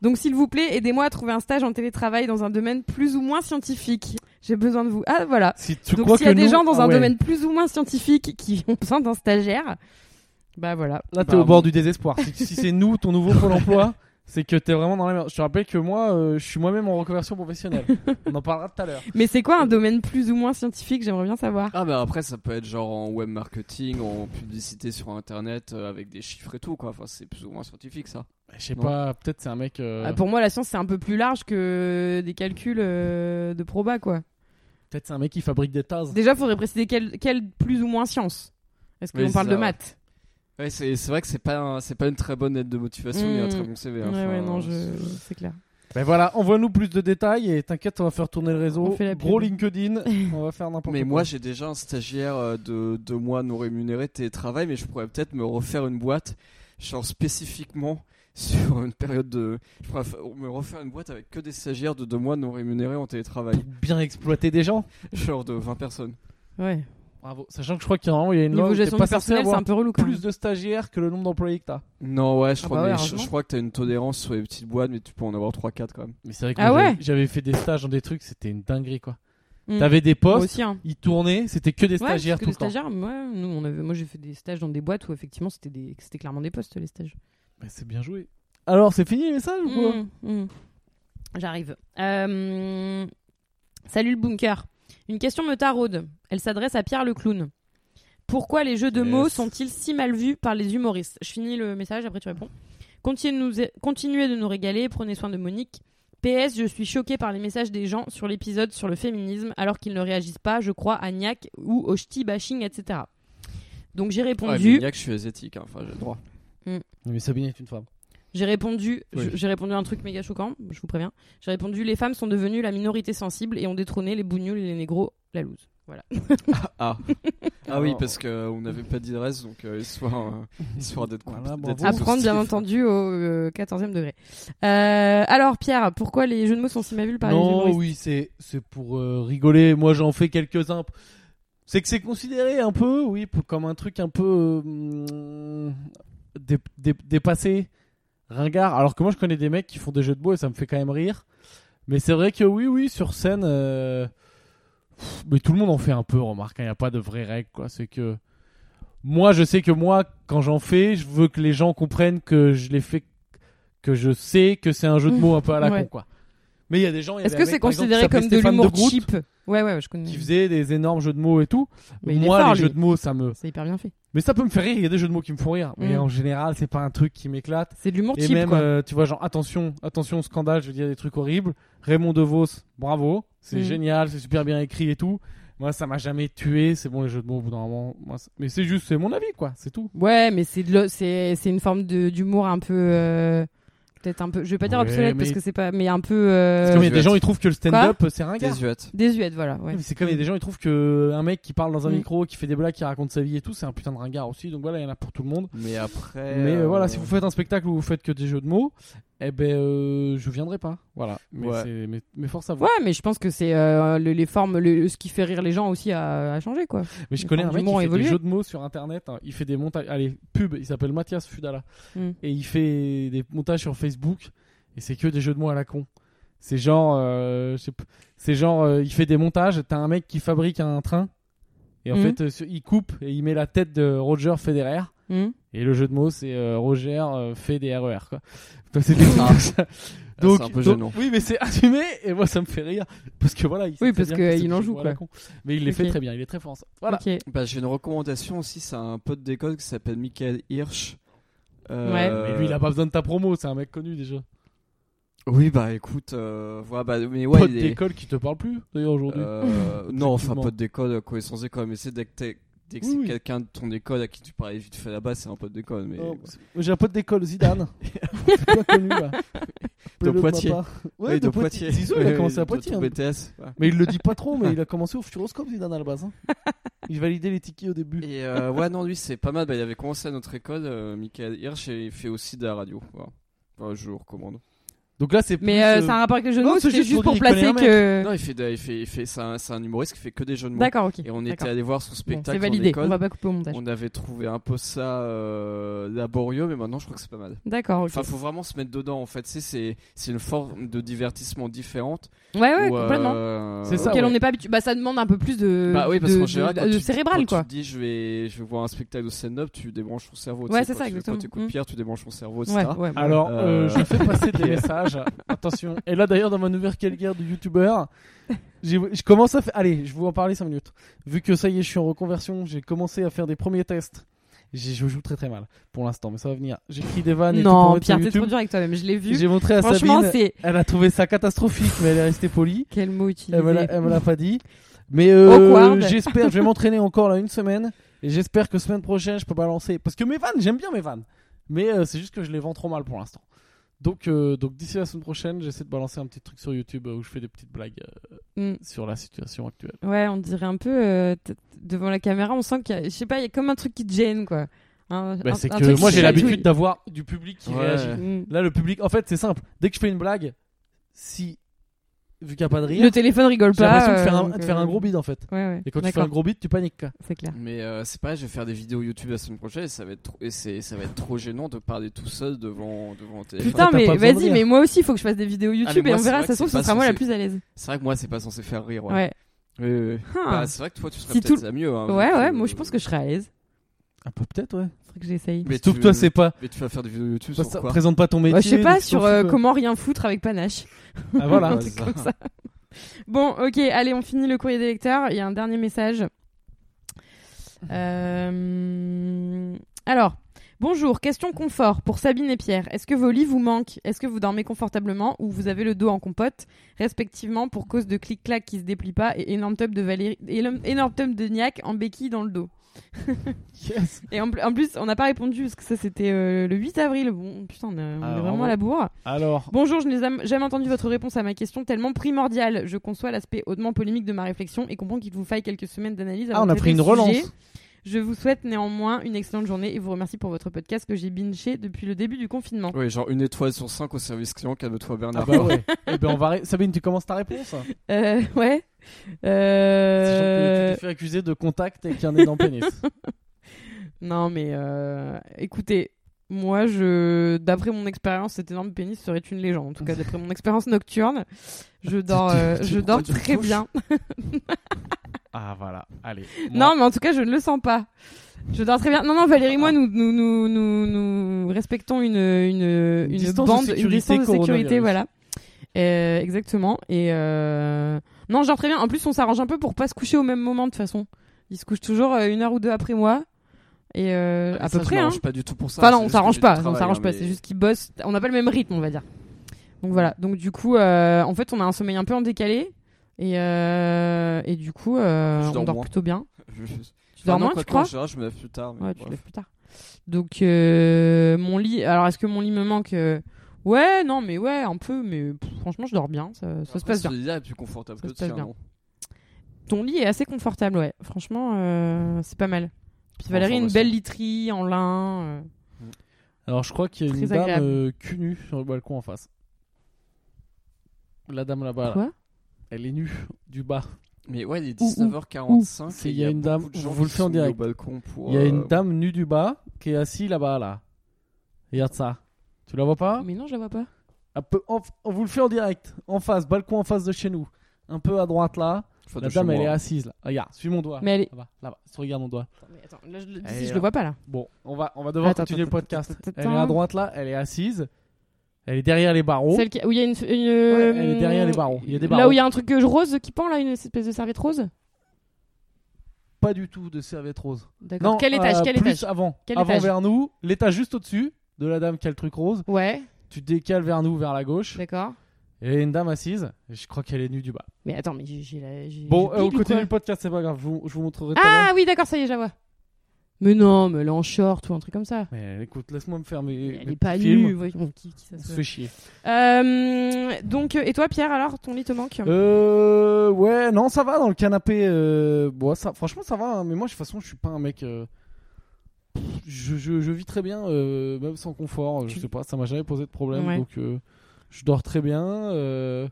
S2: Donc s'il vous plaît, aidez-moi à trouver un stage en télétravail dans un domaine plus ou moins scientifique. J'ai besoin de vous. Ah voilà.
S1: Si tu
S2: Donc
S1: crois
S2: s'il y a
S1: que
S2: des
S1: nous-
S2: gens dans
S1: Ah
S2: un
S1: ouais.
S2: domaine plus ou moins scientifique qui ont besoin d'un stagiaire, bah voilà.
S1: Là, t'es
S3: Bah,
S1: au bord du désespoir. Si, si c'est nous, ton nouveau Pôle emploi, c'est que t'es vraiment dans la merde. Je te rappelle que moi, euh, je suis moi-même en reconversion professionnelle. On en parlera tout à l'heure.
S2: Mais c'est quoi un domaine plus ou moins scientifique J'aimerais bien savoir.
S3: Ah bah après ça peut être genre en web marketing, en publicité sur internet euh, avec des chiffres et tout quoi. Enfin c'est plus ou moins scientifique ça.
S1: Je sais
S3: Non.
S1: pas, peut-être c'est un mec. euh,
S2: Ah, pour moi, la science c'est un peu plus large que des calculs euh, de proba quoi.
S1: Peut-être c'est un mec qui fabrique des tasses.
S2: Déjà, faudrait préciser quelle, quelle plus ou moins science. Est-ce
S3: Oui,
S2: qu'on
S3: c'est
S2: parle
S3: ça,
S2: de
S3: ouais.
S2: maths
S3: Ouais c'est c'est vrai que c'est pas un- c'est pas une très bonne aide de motivation ni un
S2: Mmh.
S3: très bon CV.
S2: Ouais,
S3: hein.
S2: ouais,
S3: Enfin,
S2: non, je...
S3: c'est-
S2: c'est clair.
S1: Ben voilà, envoie-nous plus de détails et t'inquiète, on va faire tourner le réseau.
S2: On fait la pub.
S1: Gros LinkedIn, on va faire n'importe quoi.
S3: Mais moi j'ai déjà un stagiaire euh, de deux mois non rémunéré télétravail, mais je pourrais peut-être me refaire une boîte, genre spécifiquement sur une période de. Je pourrais fa- me refaire une boîte avec que des stagiaires de deux mois non rémunérés en télétravail,
S1: Pour bien exploiter des gens.
S3: genre de 20 personnes.
S2: Ouais.
S1: Bravo. Sachant que je crois qu'il y a un- il y a une loi
S2: Niveau
S1: où t'es
S2: gestion du
S1: pas censé
S2: personnel, c'est
S1: avoir
S2: un peu relou quand
S1: plus de stagiaires que le nombre d'employés que t'as.
S3: Non, ouais, je
S2: Ah
S3: crois,
S2: bah
S3: mais
S2: ouais,
S3: je- je,
S2: heureusement.
S3: crois que t'as une tolérance sur les petites boîtes, mais tu peux en avoir 3-4 quand même.
S1: Mais c'est vrai que
S2: Ah
S1: moi,
S2: ouais
S1: j'avais- j'avais fait des stages dans des trucs, c'était une dinguerie quoi.
S2: même. Mm.
S1: T'avais des
S2: Moi
S1: postes,
S2: aussi, hein.
S1: ils tournaient, c'était que des
S2: Ouais,
S1: stagiaires
S2: parce que
S1: tout
S2: les
S1: le temps.
S2: stagiaires, moi, nous, on avait... moi j'ai fait des stages dans des boîtes où effectivement c'était des... c'était clairement des postes les stages.
S1: Mais c'est bien joué. Alors, c'est fini les messages ou quoi
S2: Mm, mm. J'arrive. Euh, Salut le bunker. Une question me taraude. Elle s'adresse à Pierre le clown. Pourquoi les jeux de
S3: Yes.
S2: mots sont-ils si mal vus par les humoristes Je finis le message, après tu réponds. Continuez de, nous- continuez de nous régaler, prenez soin de Monique. PS, je suis choquée par les messages des gens sur l'épisode sur le féminisme, alors qu'ils ne réagissent pas, je crois, à Niak ou au ch'ti bashing, etc. Donc j'ai
S3: Ouais,
S2: répondu.
S3: mais il y a que je suis asiatique, hein, enfin j'ai le droit.
S1: Mais Sabine est une femme.
S2: J'ai répondu,
S1: Oui.
S2: je- j'ai répondu un truc méga choquant, je vous préviens. J'ai répondu les femmes sont devenues la minorité sensible et ont détrôné les bougnoules et les négros, la loose. Voilà.
S3: Ah, ah oui,
S2: Oh.
S1: Alors-
S3: parce qu'on n'avait pas d'adresse, donc euh, histoire, euh, histoire d'être
S1: Voilà,
S3: compli-
S1: bravo.
S3: d'être
S2: À prendre bien
S3: exhaustif.
S2: entendu au euh, 14e degré. Euh, alors Pierre, pourquoi les jeux de mots sont si mal vus par les
S1: non,
S2: humoristes
S1: oui, c'est c'est pour euh, rigoler. Moi, j'en fais quelques-uns. C'est que c'est considéré un peu, oui, pour- comme un truc un peu euh, hum, dé- dé- dépassé. ringard. Alors que moi, je connais des mecs qui font des jeux de mots et ça me fait quand même rire. Mais c'est vrai que oui, oui, sur scène, euh, pff, mais tout le monde en fait un peu, remarque. hein. Il n'y a pas de vraie règle, quoi. C'est que moi, je sais que moi, quand j'en fais, je veux que les gens comprennent que je l'ai fait, que je sais que c'est un jeu de mots un peu à la
S2: Ouais.
S1: con, quoi. Mais il y a des gens. il y
S2: Est-ce
S1: avait un
S2: que c'est
S1: mec, par exemple, qui
S2: considéré
S1: s'appelait
S2: comme de
S1: Stéphane
S2: l'humour
S1: Groot,
S2: cheap Ouais, ouais, je connais.
S1: Qui faisait des énormes jeux de mots et tout.
S2: Mais il est
S1: moi,
S2: fort,
S1: les
S2: lui.
S1: jeux de mots, ça me.
S2: C'est hyper bien fait.
S1: Mais ça peut me faire rire. Il y a des jeux de mots qui me font rire. Mais
S2: Mm.
S1: en général, c'est pas un truc qui m'éclate.
S2: C'est de l'humour
S1: Et
S2: cheap,
S1: même,
S2: quoi.
S1: euh, tu vois, genre, attention, attention, scandale, je veux dire des trucs horribles. Raymond DeVos, bravo, c'est
S2: Mm.
S1: génial, c'est super bien écrit et tout. Moi, ça m'a jamais tué, c'est bon les jeux de mots, au bout d'un moment. moi, c'est- mais c'est juste, c'est mon avis, quoi, c'est tout.
S2: Ouais, mais c'est de l'o- c'est c'est une forme de- d'humour un peu euh, peut-être un peu je vais pas dire
S1: Ouais,
S2: obsolète
S1: mais-
S2: parce que c'est pas mais un
S1: Parce
S2: peu euh,
S1: que il y a des
S3: je vais
S1: gens,
S3: être-
S1: ils trouvent que le stand-up, euh, c'est ringard.
S3: Désuète.
S2: désuète voilà, ouais.
S1: C'est comme il y a des gens, ils trouvent que un mec qui parle dans un
S2: Mm.
S1: micro, qui fait des blagues, qui raconte sa vie et tout, c'est un putain de ringard aussi. Donc voilà, il y en a pour tout le monde.
S3: Mais après.
S1: Mais euh,
S3: euh,
S1: voilà, si vous faites un spectacle où vous faites que des jeux de mots, eh ben, euh, je viendrai pas. Voilà. Mais,
S3: Ouais.
S1: c'est- mais, mais force à vous.
S2: Ouais, mais je pense que c'est euh, le- les formes le- ce qui fait rire les gens aussi a, a changé quoi.
S1: Mais je
S2: Les
S1: connais un
S2: formes
S1: mec qui
S2: d'humour
S1: fait
S2: ont évolué.
S1: des jeux de mots sur internet. hein. Il fait des montages. Allez, pub, il s'appelle Mathias Fudala.
S2: Mm.
S1: Et il fait des montages sur Facebook. Et c'est que des jeux de mots à la con. C'est genre. euh, je sais p- c'est genre. euh, il fait des montages. T'as un mec qui fabrique un train. Et en
S2: Mm.
S1: fait, euh, sur- il coupe et il met la tête de Roger Federer.
S2: Hmm
S1: Et le jeu de mots, c'est euh, Roger euh, fait des RER. Quoi. Donc, c'est des trucs comme ça. donc,
S3: Ah. c'est un peu
S1: donc-
S3: gênant.
S1: oui, mais c'est assumé. Et moi, ça me fait rire. Parce que voilà. Il sait
S2: Oui,
S1: très
S2: parce
S1: bien
S2: que
S1: c'est
S2: il
S1: des
S2: en
S1: jeux de
S2: joue,
S1: mots à la
S2: quoi.
S1: con. Mais il les fait
S2: Ok.
S1: très bien. Il est très fort. en ça. Voilà.
S2: OK.
S3: Bah, j'ai une recommandation aussi, c'est un pote d'école qui s'appelle Michael Hirsch. Euh,
S2: Ouais.
S1: Mais lui, il a pas besoin de ta promo, c'est un mec connu déjà.
S3: Oui, bah écoute, euh, voilà, bah, mais ouais,
S1: Pote
S3: il est-
S1: d'école qui te parle plus d'ailleurs aujourd'hui.
S3: Euh, non, enfin,
S1: Effectivement.
S3: pote d'école, euh, connaissance d'école, mais c'est dès que, t'es- dès que
S1: Oui,
S3: c'est
S1: oui.
S3: quelqu'un de ton école à qui tu parlais vite fait là-bas, c'est un pote d'école. Mais...
S1: Oh, J'ai un pote d'école, Zidane. C'est pas connu là. Appelez-le ma
S3: Poitiers.
S1: part. Ouais,
S3: Oui,
S1: de, Poitiers. Zizou, il a
S3: Oui,
S1: commencé à
S3: de ton
S1: Poitiers. hein.
S3: BTS. ouais.
S1: Mais il le dit pas trop, mais il a commencé au Futuroscope, Zidane à la base. hein. Il validait les tickets au début.
S3: Et euh, ouais, non, lui, c'est pas mal. Bah, il avait commencé à notre école, euh, Michael Hirsch, et il fait aussi de la radio. Voilà. Enfin, je vous recommande.
S1: Donc là, c'est plus.
S2: Mais euh,
S1: euh,
S2: c'est un rapport avec le jeu de
S1: non,
S2: mots,
S1: c'est
S2: c'est
S1: juste
S2: juste
S1: pour
S2: pour
S1: dire qu'il
S2: placer
S1: connaît
S2: que
S3: Non, il fait, de- il fait, il fait, c'est un, c'est un humoriste qui fait que des jeux de mots.
S2: Euh. D'accord, OK.
S3: Et on
S2: D'accord.
S3: était allé voir son
S2: Bon,
S3: spectacle
S2: c'est
S3: en
S2: validé, on
S3: école.
S2: va pas couper au montage.
S3: On avait trouvé un peu ça euh, laborieux, mais maintenant je crois que c'est pas mal.
S2: D'accord, OK.
S3: Enfin, faut vraiment se mettre dedans en fait. C'est- C'est c'est une forme de divertissement différente.
S2: Ouais ouais,
S3: où, euh,
S2: complètement.
S1: C'est ça,
S2: Auquel
S1: ouais.
S2: on n'est pas habitué. Bah ça demande un peu plus de
S3: Bah oui, parce
S2: de-
S3: qu'en général,
S2: de-
S3: quand
S2: de
S3: tu-
S2: cérébral
S3: quand
S2: quoi.
S3: Tu te dis, je vais, je vais voir un spectacle de stand-up, tu débranches ton cerveau. tu
S2: Ouais,
S3: sais,
S2: c'est ça,
S3: quand tu fais
S2: exactement. Mm.
S3: Pas tes coups de pierre, tu débranches ton cerveau, etc.
S2: Ouais, ouais. voilà.
S1: Alors, euh,
S3: Euh,
S1: je fais passer des
S3: ok.
S1: messages. Attention. Et là, d'ailleurs, dans ma nouvelle carrière de youtubeur, j'ai- je commence à faire. Allez, je vais vous en parler 5 minutes. Vu que ça y est, je suis en reconversion, j'ai commencé à faire des premiers tests. J'ai- Je joue très très mal pour l'instant, mais ça va venir. J'écris des vannes et tout pour
S2: Non,
S1: mettre
S2: Pierre,
S1: sur
S2: t'es trop
S1: YouTube.
S2: dur avec toi-même, je l'ai vu.
S1: J'ai montré à
S2: Franchement,
S1: Sabine.
S2: c'est
S1: Elle a trouvé ça catastrophique, mais elle est restée polie.
S2: quel mot utiliser
S1: Elle me l'a- elle me l'a pas dit. Mais euh,
S2: Awkward.
S1: j'espère, je vais m'entraîner encore là une semaine. Et j'espère que semaine prochaine, je peux balancer. Parce que mes vannes, j'aime bien mes vannes. Mais euh, c'est juste que je les vends trop mal pour l'instant. Donc, euh, donc d'ici la semaine prochaine, j'essaie de balancer un petit truc sur YouTube euh, où je fais des petites blagues euh,
S2: Mm.
S1: sur la situation actuelle.
S2: Ouais, on dirait un peu euh, t- devant la caméra, on sent qu'il y a, je sais pas, il y a comme un truc qui te gêne quoi. Un-
S1: Bah,
S2: un-
S1: c'est
S2: un
S1: que
S2: truc
S1: moi
S2: qui
S1: j'ai
S2: te gêne.
S1: l'habitude d'avoir du public qui
S3: Ouais.
S1: réagit.
S2: Mm.
S1: Là, le public, en fait, c'est simple. Dès que je fais une blague, si vu qu'il n'y a pas de rire,
S2: Le téléphone rigole
S1: j'ai
S2: pas.
S1: l'impression de faire
S2: euh,
S1: un-
S2: donc,
S1: de faire un
S2: euh,
S1: gros bide en fait.
S2: Ouais, ouais.
S1: Et quand tu fais
S2: D'accord,
S1: un gros bide, tu paniques. quoi.
S2: c'est clair.
S3: Mais euh, c'est pareil, je vais faire des vidéos YouTube la semaine prochaine et ça va être trop, et c'est- ça va être trop gênant de parler tout seul devant, devant un téléphone.
S1: t'as
S2: Putain, mais
S1: pas besoin de
S2: vas-y,
S1: rire.
S2: mais moi aussi, il faut que je fasse des vidéos YouTube
S3: mais
S2: et
S3: moi,
S2: on
S3: c'est
S2: verra.
S3: vrai
S2: Ça se
S3: que
S2: trouve,
S3: c'est
S2: ce sera
S3: pas
S2: moi la
S3: censé-
S2: plus à l'aise.
S3: C'est vrai que moi, c'est pas censé faire rire. Ouais.
S2: Ouais.
S3: Oui, oui, oui.
S2: Hum.
S3: Bah, c'est vrai que toi, tu serais
S2: Si
S3: peut-être
S2: tout-
S3: mieux. hein, vu
S2: Ouais,
S3: que-
S2: ouais, moi je pense que je serais à l'aise.
S1: Un peu Ah, peut-être, ouais.
S2: Faut que j'essaye.
S3: Mais
S1: Sauf
S3: tu-
S1: que toi, c'est pas.
S3: Mais tu vas faire des vidéos YouTube
S1: Bah,
S3: sur
S1: ça-
S3: quoi
S1: présente pas ton métier.
S2: Bah, je sais pas
S1: donc tu t'en
S2: sur euh,
S1: fous,
S2: comment rien foutre avec panache.
S1: quoi. Ah, voilà.
S2: un truc
S3: ça.
S2: comme ça. Bon, ok, allez, on finit le courrier des lecteurs. Il y a un dernier message. Euh, Alors, bonjour, question confort pour Sabine et Pierre. Est-ce que vos lits vous manquent Est-ce que vous dormez confortablement ou vous avez le dos en compote, respectivement pour cause de clic-clac qui se déplie pas et énorme tube de Valérie, énorme énorme tube de niaque en béquille dans le dos
S1: Yes.
S2: Et en, pl- en plus, on n'a pas répondu parce que ça c'était euh, le 8 avril. Bon, putain, on, est- on
S1: Ah,
S2: est vraiment
S1: vraiment.
S2: à la bourre.
S1: Alors,
S2: Bonjour, je n'ai zam- jamais entendu votre réponse à ma question tellement primordiale. Je conçois l'aspect hautement polémique de ma réflexion et comprends qu'il vous faille quelques semaines d'analyse.
S1: ah,
S2: avant
S1: on
S2: de
S1: a
S2: traiter
S1: pris une
S2: le
S1: relance.
S2: sujet. Je vous souhaite néanmoins une excellente journée et vous remercie pour votre podcast que j'ai binché depuis le début du confinement.
S3: Oui, genre une étoile sur cinq au service client, calme-toi
S1: Ah
S3: Bernard.
S1: bah ouais. Eh ben on va ré- Sabine, tu commences ta réponse.
S2: Euh, ouais.
S1: Sachant que
S2: Euh...
S1: Tu t'es fait accuser de contact avec un énorme pénis.
S2: Non, mais euh, écoutez, Moi, je, d'après mon expérience, cet énorme pénis serait une légende. En tout cas, d'après mon expérience nocturne, je dors, euh,
S3: t'es-
S2: je
S3: t'es-
S2: dors
S3: t'es-
S2: très
S3: touche.
S2: bien.
S1: Ah voilà, allez.
S2: Non, mais en tout cas, je ne le sens pas. Je dors très bien. Non, non, Valérie, moi, nous, nous, nous, nous, nous respectons une, une, une
S1: distance de
S2: bande, une
S1: sécurité
S2: distance de sécurité,
S1: coronavirus.
S2: voilà. Euh, exactement. Et euh... non, je dors très bien. En plus, on s'arrange un peu pour pas se coucher au même moment de toute façon. Ils se couchent toujours euh, une heure ou deux après moi. Et euh, à
S3: Ah, Ça,
S2: peu
S3: je
S2: près. Hein.
S3: m'arrange pas du tout pour ça.
S2: Enfin
S3: c'est
S2: non, on
S3: juste que j'ai
S2: s'arrange
S3: du
S2: pas, on
S3: travail,
S2: s'arrange
S3: hein,
S2: pas,
S3: mais-
S2: c'est juste qu'ils bossent, on n'a pas le même rythme, on va dire. Donc voilà, donc du coup, euh, en fait, on a un sommeil un peu en décalé, et, euh, et du coup, euh,
S3: Je
S2: on
S3: dors
S2: dort
S3: moins.
S2: plutôt bien.
S3: Je- je-
S2: Tu dors
S3: Enfin, non,
S2: moins,
S3: quoi
S2: tu
S3: que, en
S2: crois
S3: général, je me lève plus tard. mais
S2: Ouais, tu te
S3: bref.
S2: lèves plus tard. Donc euh, mon lit, alors est-ce que mon lit me manque euh, Ouais, non, mais ouais, un peu, mais pff, franchement, je dors bien, ça, ça se
S3: Après,
S2: passe
S3: ce
S2: bien.
S3: lit-là est plus confortable
S2: Ça se
S3: que le
S2: passe
S3: tien,
S2: bien.
S3: non
S2: Ton lit est assez confortable, ouais, franchement, euh, c'est pas mal. Puis
S3: Pour
S2: Valérie, une
S3: information.
S2: belle literie en lin. euh.
S1: Alors je crois qu'il y a
S2: Très
S1: une dame
S2: agréable.
S1: euh, cul nue sur le balcon en face. La dame là-bas, là.
S2: Quoi
S1: elle est nue du bas.
S3: Mais ouais, il est
S2: Ouh, ouh,
S3: 19h45.
S1: ouh.
S3: et Il y a une dame.
S1: on vous le fait en direct. Il y
S3: euh,
S1: a une dame nue du bas qui est assise là-bas là. Regarde ça. Tu la vois pas
S2: Mais non, je la vois pas.
S1: Un peu en- On vous le fait en direct. En face, balcon en face de chez nous. Un peu à droite là. La dame elle est assise là. Ah, Regarde, suis mon doigt.
S2: Mais elle est-
S1: Là-bas, là-bas. Si tu regardes mon doigt.
S2: Mais attends, là, je, le-
S1: Elle est
S2: si, je
S1: là.
S2: le vois pas là.
S1: Bon, on va, on va devoir
S2: Attends,
S1: continuer
S2: attends,
S1: le podcast.
S2: attends, attends,
S1: Elle est à
S2: attends.
S1: droite là, elle est assise. Elle est derrière les barreaux.
S2: Celle qui- où il y a une. une,
S1: Oh. Ouais, elle est derrière
S2: euh,
S1: les barreaux. Il y a des barreaux.
S2: Là où il y a un truc euh, rose qui pend, là, une espèce de serviette rose.
S1: Pas du tout de serviette rose.
S2: D'accord. Quel étage
S1: euh,
S2: Quel
S1: plus
S2: étage
S1: avant.
S2: Quel
S1: avant
S2: étage
S1: vers nous. L'étage juste au-dessus de la dame qui a le truc rose.
S2: Ouais,
S1: Tu te décales vers nous, vers la gauche.
S2: d'accord.
S1: Et il y a une dame assise. Et je crois qu'elle est nue du bas.
S2: Mais attends, mais j'ai- j'ai la. j'ai-
S1: Bon,
S2: je
S1: euh, on
S2: pile ou
S1: continue
S2: quoi
S1: le podcast, c'est pas grave. Je vous, je vous montrerai tout à l'heure.
S2: Ah oui, d'accord, ça y est, je la vois. Mais non, mais elle est en short ou un truc comme ça.
S1: Mais écoute, laisse-moi me faire mes.
S2: elle
S1: mes
S2: est pas
S1: petits films.
S2: nue, voyons. Qui, qui ça
S1: On
S2: se
S1: se
S2: voit.
S1: fait chier.
S2: Euh, donc, euh, et toi, Pierre, alors, ton lit te manque
S1: Euh, ouais, non, ça va dans le canapé. Euh, bon, ça, franchement, ça va. hein, mais moi, de toute façon, je suis pas un mec. euh, pff, je, je, je vis très bien, euh, même sans confort. euh, Je
S2: Tu-
S1: sais pas, ça m'a jamais posé de problème.
S2: Ouais.
S1: Donc, euh, je dors très bien. euh,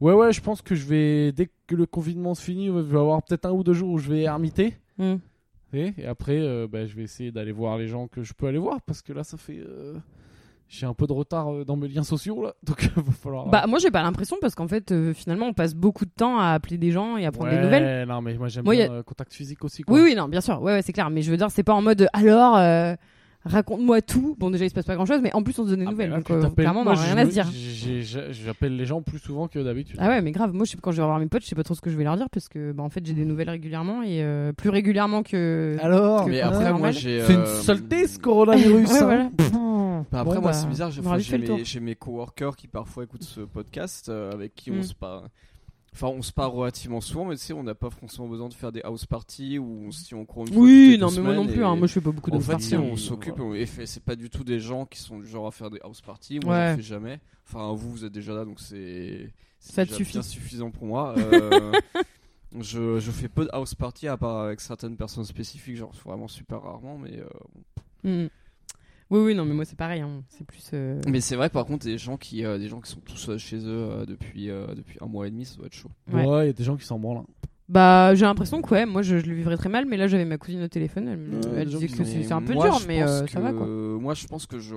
S1: ouais, ouais, je pense que je vais dès que le confinement se finit, ouais, je vais avoir peut-être un ou deux jours où je vais ermiter.
S2: Hmm.
S1: Et, et après, euh, bah, je vais essayer d'aller voir les gens que je peux aller voir parce que là, ça fait. euh, j'ai un peu de retard euh, dans mes liens sociaux là, donc euh, va falloir.
S2: Bah, moi, j'ai pas l'impression parce qu'en fait, euh, finalement, on passe beaucoup de temps à appeler des gens et à prendre des
S1: Ouais,
S2: nouvelles.
S1: Non, mais moi j'aime
S2: Moi, y a-
S1: bien euh, contact physique aussi. Quoi.
S2: Oui, oui, non, bien sûr, ouais, ouais, c'est clair. Mais je veux dire, c'est pas en mode euh, alors euh, raconte-moi tout. Bon, déjà, il se passe pas grand chose, mais en plus, on se donne des
S1: Ah,
S2: nouvelles.
S1: mais là,
S2: donc,
S1: tu
S2: euh,
S1: t'appelles-
S2: clairement, on
S1: moi,
S2: a
S1: je
S2: rien à
S1: me-
S2: se dire.
S1: j'ai- j'ai- J'appelle les gens plus souvent que d'habitude.
S2: Ah ouais, mais grave, moi, je sais quand je vais voir mes potes, je sais pas trop ce que je vais leur dire parce que, bah, en fait, j'ai des nouvelles régulièrement et euh, plus régulièrement que.
S1: Alors,
S3: Mais
S2: Ah,
S3: après, moi,
S2: normal.
S3: j'ai.
S1: c'est une
S3: euh,
S1: saleté ce coronavirus.
S2: Ouais,
S1: hein.
S2: voilà.
S3: Bah, après,
S2: Bon,
S3: moi,
S2: bah,
S3: c'est bizarre. J'ai
S2: on aura
S3: enfin,
S2: vite
S3: j'ai
S2: fait le tour.
S3: mes, j'ai mes coworkers qui parfois écoutent ce podcast euh, avec qui
S2: Mm.
S3: on se parle. Enfin, on se parle relativement souvent, mais tu sais, on n'a pas forcément besoin de faire des house parties où on se tient au courant une fois toutes
S2: Oui,
S3: les
S2: non,
S3: deux
S2: mais moi non
S3: semaines
S2: plus.
S3: et-
S2: hein, moi, je fais pas beaucoup de
S3: en fait,
S1: parties,
S3: si
S1: hein.
S3: on s'occupe, on- et fait- c'est pas du tout des gens qui sont du genre à faire des house parties. Moi,
S2: Ouais.
S3: j'en fais jamais. Enfin, vous, vous êtes déjà là, donc c'est c'est
S2: Ça te
S3: déjà
S2: suffit.
S3: bien suffisant pour moi. Euh, je, je fais peu de house parties à part avec certaines personnes spécifiques, genre vraiment super rarement. Mais euh,
S2: Hmm. Oui, oui, non, mais moi, c'est pareil. hein, C'est plus. euh,
S3: mais c'est vrai, que, par contre, des gens qui euh, des gens qui sont tous euh, chez eux euh, depuis euh, depuis un mois et demi, ça doit être chaud.
S1: Ouais, il y a des gens qui s'en branlent. hein.
S2: Bah, j'ai l'impression que, ouais, moi, je, je le vivrais très mal, mais là, j'avais ma cousine au téléphone.
S1: Ouais,
S2: Elle, me- elle
S1: les gens
S2: disait
S1: qui
S2: que c'est c'est un peu
S3: Moi,
S2: dur,
S3: je
S2: mais
S3: pense
S2: euh, ça
S3: que-
S2: va quoi.
S3: Moi, je pense que je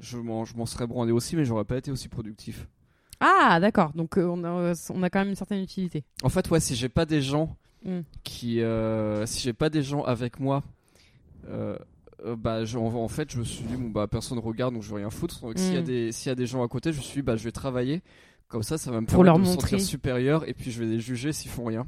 S3: je m'en je m'en serais brandé aussi, mais j'aurais pas été aussi productif.
S2: Ah, d'accord. Donc, euh, on a, on a quand même une certaine utilité.
S3: En fait, ouais, si j'ai pas des gens
S2: Mm.
S3: qui, euh, si j'ai pas des gens avec moi, euh, euh, bah, je- en, en fait, je me suis dit, bon, bah, personne regarde, donc je vais rien foutre. Donc, s'il y a
S2: Mm.
S3: des, s'il y a des gens à côté, je me suis dit, bah, je vais travailler. Comme ça, ça va me
S2: Pour
S3: permettre
S2: leur
S3: de me
S2: montrer.
S3: sentir supérieur et puis je vais les juger s'ils font rien.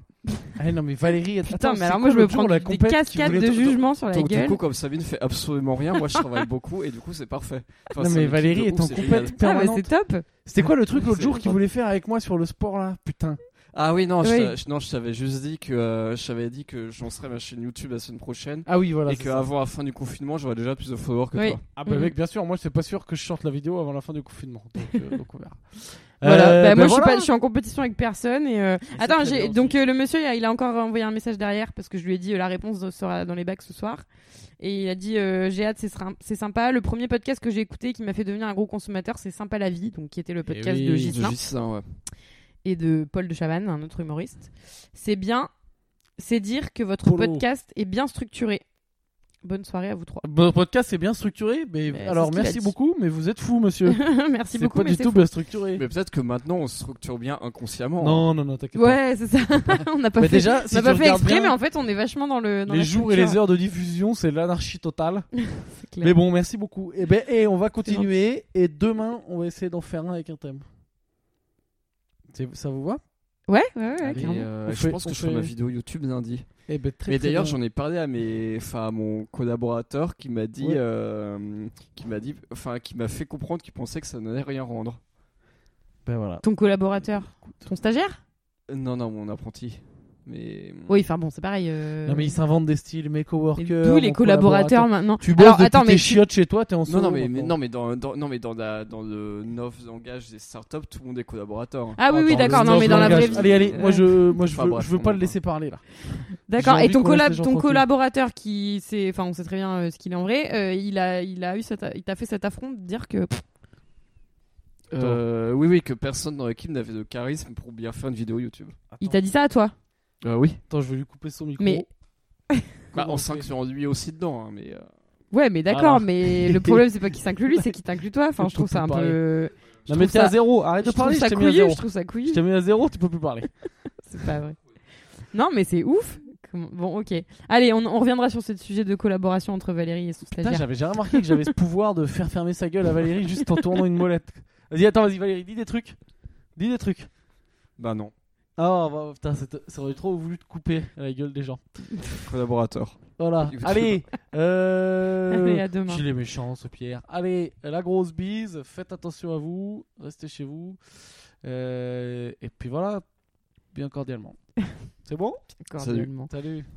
S1: Ah non, mais Valérie,
S2: Putain, mais alors moi je me prends des cascades de jugement sur la
S3: Donc, du
S2: gueule.
S3: coup, comme Sabine fait absolument rien, moi, je travaille beaucoup et du coup, c'est parfait. Enfin,
S1: Non, mais
S3: c'est un équilibre
S1: Valérie
S3: de
S1: est
S3: ouf,
S1: en
S3: c'est génial.
S1: compète
S2: Ah, bah
S1: permanente.
S2: c'est top!
S1: C'était quoi le truc l'autre
S3: C'est-
S1: jour qu'il voulait faire avec moi sur le sport là Putain.
S3: Ah oui, non, je
S2: Oui.
S3: t'a- je, non, je t'avais juste dit que, euh, je t'avais dit que j'en serais ma chaîne YouTube la semaine prochaine.
S1: Ah oui, voilà.
S3: et
S1: c'est ça.
S3: qu'avant la fin du confinement, j'aurais déjà plus de followers que
S2: Oui.
S3: toi.
S1: Ah bah
S2: Mhm.
S1: mec, bien sûr, moi c'est pas sûr que je sorte la vidéo avant la fin du confinement. Donc, euh, donc on verra.
S2: Voilà,
S1: Euh,
S2: bah,
S1: bah,
S2: moi je suis,
S1: voilà.
S2: pas, je suis en compétition avec personne et euh,
S1: c'est
S2: attends,
S1: très
S2: j'ai
S1: bien
S2: donc
S1: aussi.
S2: euh, le monsieur il a, il a encore envoyé un message derrière parce que je lui ai dit euh, la réponse sera dans les bacs ce soir et il a dit euh, j'ai hâte, c'est sera- c'est sympa. Le premier podcast que j'ai écouté qui m'a fait devenir un gros consommateur, c'est Sympa la vie, donc qui était le podcast
S1: Eh oui,
S2: de
S1: de hein,
S2: Gislin
S3: Gislin, ouais.
S2: et de Paul de Chavannes, un autre humoriste. C'est bien, c'est dire que votre
S1: Polo.
S2: podcast est bien structuré. Bonne soirée à vous trois.
S1: Bon, Le podcast est bien structuré, mais,
S2: Mais c'est
S1: alors
S2: ce qu'il a
S1: merci
S2: dit.
S1: beaucoup, mais vous êtes fou, monsieur. c'est
S2: Merci beaucoup.
S1: pas
S2: mais
S1: du
S2: c'est
S1: tout
S2: fou.
S1: bien structuré.
S3: Mais peut-être que maintenant on se structure bien inconsciemment. hein.
S1: Non, non, non, t'inquiète pas.
S2: Ouais, c'est ça. on n'a pas
S1: Mais Bah,
S2: fait,
S1: déjà,
S2: on
S1: si
S2: n'a
S1: tu
S2: pas fait
S1: regardes
S2: exprès,
S1: bien-
S2: mais en fait, on est vachement dans le. dans
S1: les
S2: la
S1: jours et les
S2: structure.
S1: heures de diffusion, c'est l'anarchie totale.
S2: C'est clair.
S1: Mais bon, merci beaucoup. Et ben, et on va continuer. Et demain, on va essayer d'en faire un avec un thème. C'est- Ça vous va
S2: Ouais, ouais, ouais.
S1: Allez.
S3: Et,
S1: clairement.
S3: euh,
S1: On
S3: je
S1: fait-
S3: pense
S1: on
S3: que je ferai ma
S1: fait-
S3: vidéo YouTube lundi.
S1: Eh ben, très,
S3: mais
S1: très
S3: d'ailleurs,
S1: bien.
S3: j'en ai parlé à mes, enfin, à mon collaborateur qui m'a dit,
S1: Ouais.
S3: euh, qui m'a dit, enfin, qui m'a fait comprendre qu'il pensait que ça n'allait rien rendre.
S1: Ben voilà.
S2: Ton collaborateur, ton stagiaire
S3: Euh, Non, non, mon apprenti. Mais
S2: Oui, enfin bon, c'est pareil. euh,
S1: Non, mais ils s'inventent des styles, mes
S2: mais
S1: coworkers.
S2: D'où les
S1: mon
S2: collaborateurs
S1: collaborateur.
S2: maintenant.
S1: Tu bosses
S2: Alors,
S1: depuis
S2: attends,
S1: tes
S2: mais tu-
S1: chiottes chez toi, t'es en
S3: non,
S1: solo.
S3: non, mais, mais-
S1: maintenant.
S3: non, mais dans, dans- non, mais dans la, dans le neuf langage des startups, tout le monde est collaborateur. hein.
S2: Ah oui,
S1: Attends,
S2: oui, d'accord.
S1: le
S2: Non, mais dans la vraie
S1: langage.
S2: vie. euh,
S1: Allez, allez, moi je, moi, je,
S3: Enfin,
S1: veux,
S3: bref,
S1: je veux
S3: on
S1: pas
S3: en
S1: le laisser parler là.
S2: D'accord.
S1: J'ai
S2: Et
S1: envie
S2: ton,
S1: qu'on laisse
S2: collab-
S1: les gens
S2: ton
S1: tranquilles.
S2: collaborateur qui sait, enfin, on sait très bien euh, ce qu'il est en vrai, euh, il a, il a eu, cet a- il t'a fait cet affront de dire que. pff,
S3: Euh, oui, oui, que personne dans l'équipe n'avait de charisme pour bien faire une vidéo YouTube.
S2: il t'a dit ça à toi.
S3: Euh, oui.
S1: Attends, je vais lui couper son micro.
S2: Mais-
S3: Bah,
S1: Comment
S3: on
S1: on fait
S3: s'inclut en lui aussi dedans, hein, mais. euh,
S2: Ouais, mais d'accord.
S1: Alors.
S2: Mais le problème, c'est pas qu'il s'inclut lui, c'est qu'il t'inclut toi. Enfin, je trouve ça un peu.
S1: Non, mais
S2: trouve
S1: t'es à
S2: ça-
S1: zéro. Arrête
S2: Je
S1: de
S2: trouve
S1: parler, je
S2: ça
S1: t'ai mis à
S2: couillu.
S1: zéro.
S2: Je trouve ça
S1: Je
S2: couillu.
S1: t'ai mis à zéro, tu peux plus parler.
S2: C'est pas vrai. Non, mais c'est ouf. Comment- Bon, ok. Allez, on, on reviendra sur ce sujet de collaboration entre Valérie et son
S1: Putain,
S2: stagiaire.
S1: j'avais jamais remarqué que j'avais ce pouvoir de faire fermer sa gueule à Valérie juste en tournant une molette. Vas-y, attends, vas-y, Valérie, dis des trucs. Dis des trucs.
S3: Bah non,
S1: Oh, bah, putain, c'est- ça aurait trop voulu te couper à la gueule des gens.
S3: collaborateur.
S1: Voilà.
S3: YouTube.
S1: Allez, euh...
S2: Allez, à demain.
S1: J'ai les méchants, Pierre. Allez, la grosse bise. Faites attention à vous. Restez chez vous. Euh, Et puis voilà, bien cordialement. C'est bon
S2: Cordialement.
S1: Salut.